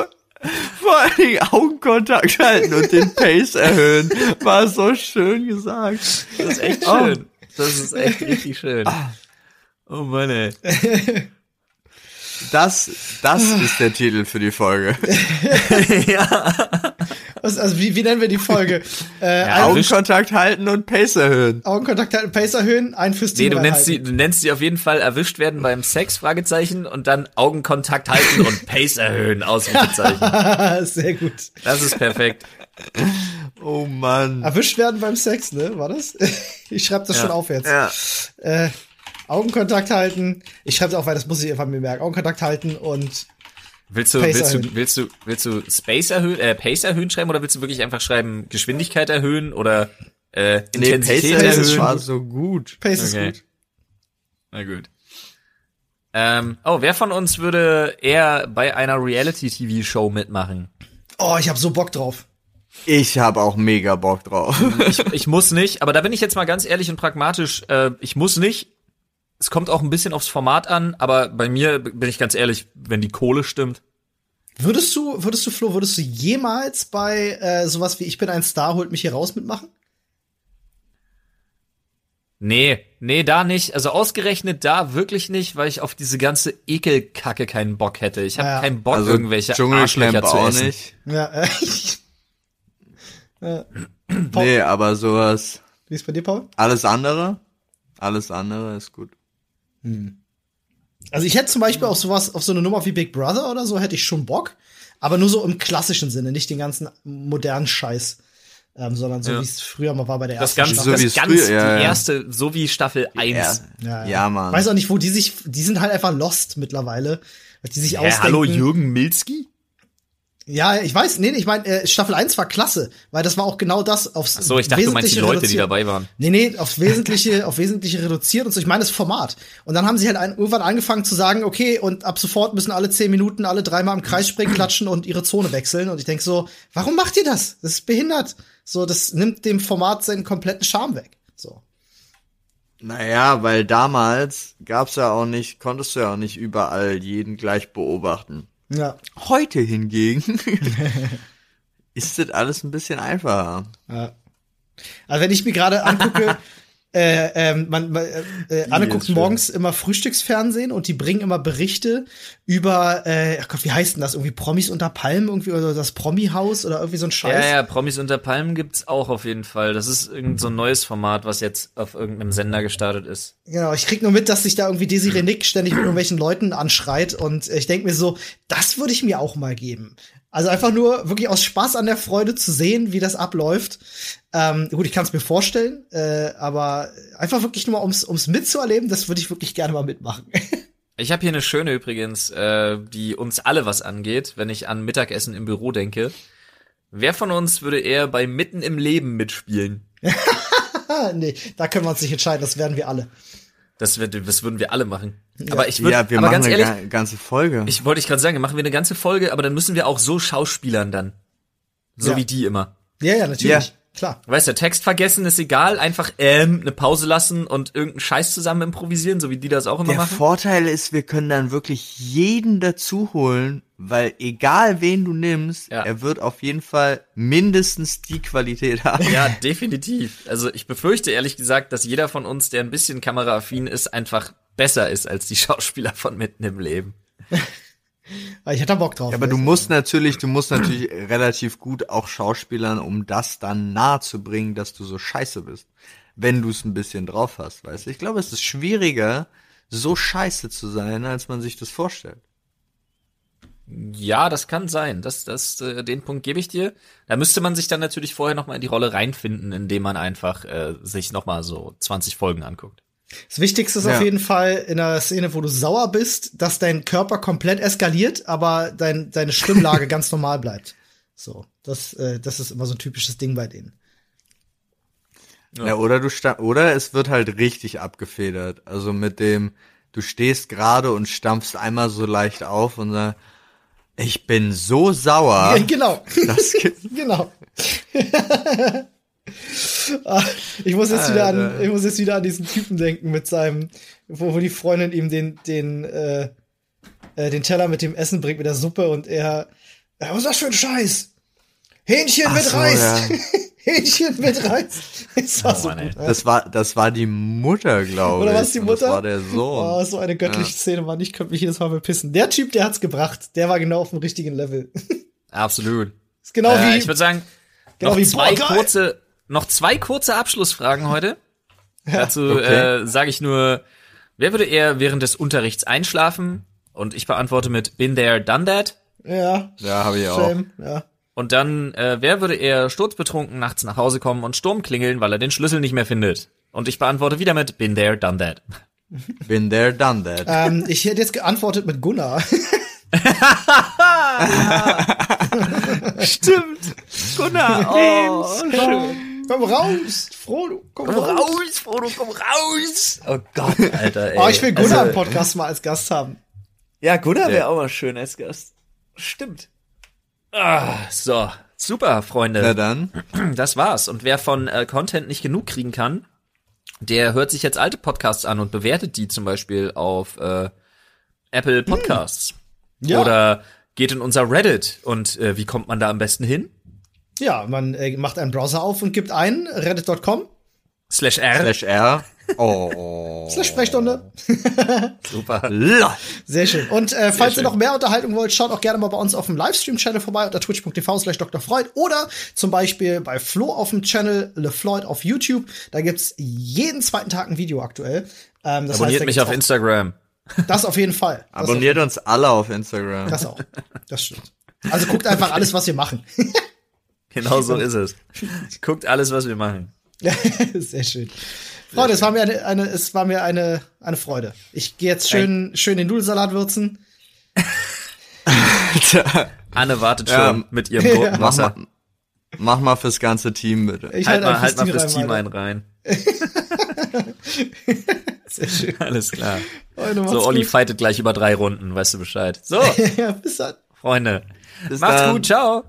S3: Vor allen Dingen Augenkontakt halten und den Pace erhöhen. War so schön gesagt.
S1: Das ist echt schön. Das ist echt richtig schön. Oh Mann, ey.
S3: Das, das ist der Titel für die Folge.
S1: ja.
S2: Was, also, wie, wie nennen wir die Folge? Äh,
S1: Ja,
S2: ein,
S1: Augen-
S3: Augenkontakt halten und Pace erhöhen.
S2: Augenkontakt halten, Pace erhöhen, ein fürs Team
S1: Nee, du nennst,
S2: reinhalten.
S1: sie, du nennst sie auf jeden Fall erwischt werden beim Sex, Fragezeichen, und dann Augenkontakt halten und Pace erhöhen, Ausrufezeichen.
S2: Sehr gut.
S1: Das ist perfekt.
S3: Oh Mann.
S2: Erwischt werden beim Sex, ne? War das? Ich schreibe das
S1: Ja.
S2: schon auf jetzt.
S3: Ja.
S2: Äh, Augenkontakt halten. Ich schreibe es auch, weil das muss ich einfach mir merken. Augenkontakt halten und
S1: Willst du,
S2: Pace
S1: willst
S2: erhöhen.
S1: du, willst du, willst du Space erhöhen, äh, Pace erhöhen schreiben oder willst du wirklich einfach schreiben Geschwindigkeit erhöhen oder äh,
S3: Nee,
S1: Intensität
S3: Pace
S1: erhöhen?
S2: ist
S3: erhöhen
S2: schon
S3: war so gut.
S2: Pace
S1: Okay.
S2: ist gut.
S1: Na gut. Ähm, oh, wer von uns würde eher bei einer Reality-TV-Show mitmachen?
S2: Oh, ich habe so Bock drauf.
S3: Ich habe auch mega Bock drauf.
S1: Ich muss nicht, aber da bin ich jetzt mal ganz ehrlich und pragmatisch. Äh, ich muss nicht. Es kommt auch ein bisschen aufs Format an, aber bei mir b- bin ich ganz ehrlich, wenn die Kohle stimmt.
S2: Würdest du, würdest du, Flo, würdest du jemals bei äh, sowas wie Ich bin ein Star, holt mich hier raus mitmachen?
S1: Nee, nee, da nicht. Also ausgerechnet da wirklich nicht, weil ich auf diese ganze Ekelkacke keinen Bock hätte. Ich habe
S2: Ja.
S1: keinen Bock,
S3: Also
S1: irgendwelche
S3: Dschungelcamp
S1: Arschlöcher zu
S3: auch
S1: essen.
S3: nicht.
S2: Ja, äh, Pop-
S3: Nee, aber sowas.
S2: wie ist bei dir, Paul?
S3: Alles andere? Alles andere ist gut.
S2: Also ich hätte zum Beispiel auf sowas, auf so eine Nummer wie Big Brother oder so, hätte ich schon Bock. Aber nur so im klassischen Sinne, nicht den ganzen modernen Scheiß. Ähm, sondern so
S1: Ja.
S2: wie es früher mal war bei der
S1: Das
S2: ersten
S1: ganze,
S3: So
S1: das
S3: wie es
S1: ganze,
S3: früher, ja,
S1: die
S3: ja.
S1: erste, so wie Staffel 1.
S3: Ja, ja. Mann.
S2: Weiß auch nicht, wo die sich, die sind halt einfach lost mittlerweile. Was die sich
S1: Hä,
S2: ausdenken.
S1: hallo Jürgen Milski?
S2: Ja, ich weiß, nee, nee, ich meine, äh, Staffel 1 war klasse, weil das war auch genau das aufs
S1: So, ich dachte, du meinst die
S2: Wesentliche
S1: Leute, die
S2: reduziert.
S1: dabei waren.
S2: Nee, nee, aufs Wesentliche, auf Wesentliche reduziert und so. Ich meine das Format. Und dann haben sie halt ein, irgendwann angefangen zu sagen, okay, und ab sofort müssen alle zehn Minuten alle dreimal im Kreis springen, klatschen und ihre Zone wechseln. Und ich denk so, warum macht ihr das? Das ist behindert. So, das nimmt dem Format seinen kompletten Charme weg. So.
S3: Naja, weil damals gab's ja auch nicht, konntest du ja auch nicht überall jeden gleich beobachten.
S2: Ja.
S3: Heute hingegen ist das alles ein bisschen einfacher.
S2: ja. Also wenn ich mir gerade angucke, äh, ähm, man, man, äh, Anne
S3: ist
S2: guckt
S3: schön.
S2: morgens immer Frühstücksfernsehen und die bringen immer Berichte über, äh, ach Gott, wie heißt denn das? Irgendwie Promis unter Palmen, irgendwie oder das Promi-Haus oder irgendwie so ein Scheiß.
S1: Ja, ja, Promis unter Palmen gibt's auch auf jeden Fall. Das ist irgend so ein neues Format, was jetzt auf irgendeinem Sender gestartet ist.
S2: Genau, ich krieg nur mit, dass sich da irgendwie Desiree Nick ständig mit irgendwelchen Leuten anschreit und ich denk mir so, das würde ich mir auch mal geben. Also einfach nur wirklich aus Spaß an der Freude zu sehen, wie das abläuft. Ähm, gut, ich kann es mir vorstellen, äh, aber einfach wirklich nur mal ums, ums mitzuerleben, das würde ich wirklich gerne mal mitmachen.
S1: Ich habe hier eine schöne übrigens, äh, die uns alle was angeht, wenn ich an Mittagessen im Büro denke. Wer von uns würde eher bei Mitten im Leben mitspielen?
S2: ah, nee, da können wir uns nicht entscheiden, das werden wir alle.
S1: Das, wird, das würden wir alle machen. Aber ich würde,
S3: ja, wir
S1: aber
S3: machen
S1: ganz
S3: eine
S1: ehrlich,
S3: ga- ganze Folge.
S1: ich wollte ich gerade sagen, machen wir eine ganze Folge, aber dann müssen wir auch so Schauspielern dann. So
S2: Ja.
S1: wie die immer.
S2: Ja, ja, natürlich.
S3: Ja.
S2: Klar.
S1: Weißt du, Text vergessen ist egal, einfach ähm, eine Pause lassen und irgendeinen Scheiß zusammen improvisieren, so wie die das auch immer
S3: Der
S1: machen.
S3: Vorteil ist, wir können dann wirklich jeden dazu holen, weil egal wen du nimmst,
S1: Ja.
S3: er wird auf jeden Fall mindestens die Qualität haben.
S1: Ja, definitiv. Also ich befürchte ehrlich gesagt, dass jeder von uns, der ein bisschen kameraaffin ist, einfach besser ist als die Schauspieler von mitten im Leben.
S2: Aber Ich hätte da Bock drauf.
S3: Ja, aber du
S2: ne?
S3: musst natürlich, du musst natürlich relativ gut auch Schauspielern, um das dann nahe zu bringen, dass du so scheiße bist. Wenn du es ein bisschen drauf hast, weißt du? Ich glaube, es ist schwieriger, so scheiße zu sein, als man sich das vorstellt.
S1: Ja, das kann sein. Das, das, äh, den Punkt gebe ich dir. Da müsste man sich dann natürlich vorher nochmal in die Rolle reinfinden, indem man einfach äh, sich nochmal so 20 Folgen anguckt.
S2: Das Wichtigste ist
S3: Ja.
S2: auf jeden Fall in einer Szene, wo du sauer bist, dass dein Körper komplett eskaliert, aber dein, deine Stimmlage ganz normal bleibt. So, das, äh, das ist immer so ein typisches Ding bei denen.
S1: Ja.
S3: Ja, oder du sta oder es wird halt richtig abgefedert. Also mit dem, du stehst gerade und stampfst einmal so leicht auf und sagst, ich bin so sauer.
S2: Ja, genau,
S3: Ah, Das gibt
S2: genau. Ah, ich muss jetzt wieder an,
S3: Alter.
S2: ich muss jetzt wieder an diesen Typen denken mit seinem, wo, wo die Freundin ihm den, den, äh, äh, den Teller mit dem Essen bringt mit der Suppe und er, "Ja, was ist das für ein Scheiß? Hähnchen mit
S3: so,
S2: Reis.
S3: ja.
S2: Hähnchen mit Reis. Das war
S1: Oh
S2: so
S1: Mann, ey.
S2: gut.
S3: Das war, das war die Mutter, glaube
S2: Oder
S3: ich.
S2: war es die
S3: Und
S2: Mutter?
S3: Das war der
S2: Oh,
S3: Sohn.
S2: so eine göttliche Szene, Mann. Ich könnte mich jedes Mal bepissen. Der Typ, der hat's gebracht. Der war genau auf dem richtigen Level.
S1: Absolut.
S2: Ist genau
S1: äh, ich
S2: wie.
S1: würde sagen,
S2: genau
S1: noch,
S2: wie
S1: zwei
S2: Borka.
S1: kurze, noch zwei kurze Abschlussfragen heute. Dazu
S3: okay.
S1: äh, sage ich nur, wer würde eher während des Unterrichts einschlafen? Und ich beantworte mit Been there, done that.
S2: Ja.
S3: Ja, habe ich auch.
S2: Shame. Ja.
S1: Und dann, äh, wer würde eher sturzbetrunken nachts nach Hause kommen und Sturm klingeln, weil er den Schlüssel nicht mehr findet? Und ich beantworte wieder mit Been there, done that.
S3: Been there, done that.
S2: Ähm, ich hätte jetzt geantwortet mit Gunnar.
S1: Stimmt. Gunnar. Oh,
S2: komm raus, Frodo. Komm,
S1: komm
S2: raus.
S1: raus, Frodo, komm raus. Oh Gott, Alter. Ey.
S2: Oh, ich will Gunnar im
S1: Also,
S2: Podcast mal als Gast haben.
S1: ja, Gunnar wäre
S3: Ja.
S1: auch mal schön als Gast. Stimmt. Ah, so. Super, Freunde.
S3: Na dann.
S1: Das war's. Und wer von äh, Content nicht genug kriegen kann, der hört sich jetzt alte Podcasts an und bewertet die zum Beispiel auf äh, Apple Podcasts.
S2: Ja.
S1: Oder geht in unser Reddit. Und äh, wie kommt man da am besten hin?
S2: Ja, man äh, macht einen Browser auf und gibt ein reddit.com
S1: Slash R.
S3: Slash R. Oh.
S2: slash Sprechstunde.
S1: Super.
S3: Lol.
S2: Sehr schön. Und äh, falls
S1: schön.
S2: ihr noch mehr Unterhaltung wollt, schaut auch gerne mal bei uns auf dem Livestream-Channel vorbei unter twitch.tv slash drfreud oder zum Beispiel bei Flo auf dem Channel LeFloid auf YouTube. Da gibt's jeden zweiten Tag ein Video aktuell. Ähm, das heißt,
S1: Abonniert
S2: da
S1: mich
S2: gibt's
S1: auf Instagram.
S2: auch, Das auf jeden Fall. Das,
S3: Abonniert uns alle auf Instagram.
S2: das auch. Das stimmt. Also guckt einfach alles, was wir machen.
S1: Genau so ist es. Guckt alles, was wir machen.
S2: Sehr schön. Freunde, es war mir eine, eine, es war mir eine, eine Freude. Ich gehe jetzt schön, schön den Nudelsalat würzen.
S3: Alter.
S1: Anne wartet schon
S3: Ja.
S1: mit ihrem
S2: Ja.
S3: Mach
S1: Gurkenwasser.
S3: mal, mach mal fürs ganze Team, bitte.
S2: Ich
S1: Halt
S2: halte
S1: mal, halt mal
S2: Team
S1: fürs
S2: rein,
S1: Team
S2: Alter.
S1: einen rein.
S2: Sehr schön.
S1: Alles klar.
S2: Freunde, macht's
S1: So, Olli
S2: gut.
S1: fightet gleich über drei Runden, weißt du Bescheid. So,
S2: ja, bis dann.
S1: Freunde.
S3: Bis
S1: Macht's
S3: dann.
S1: gut, ciao.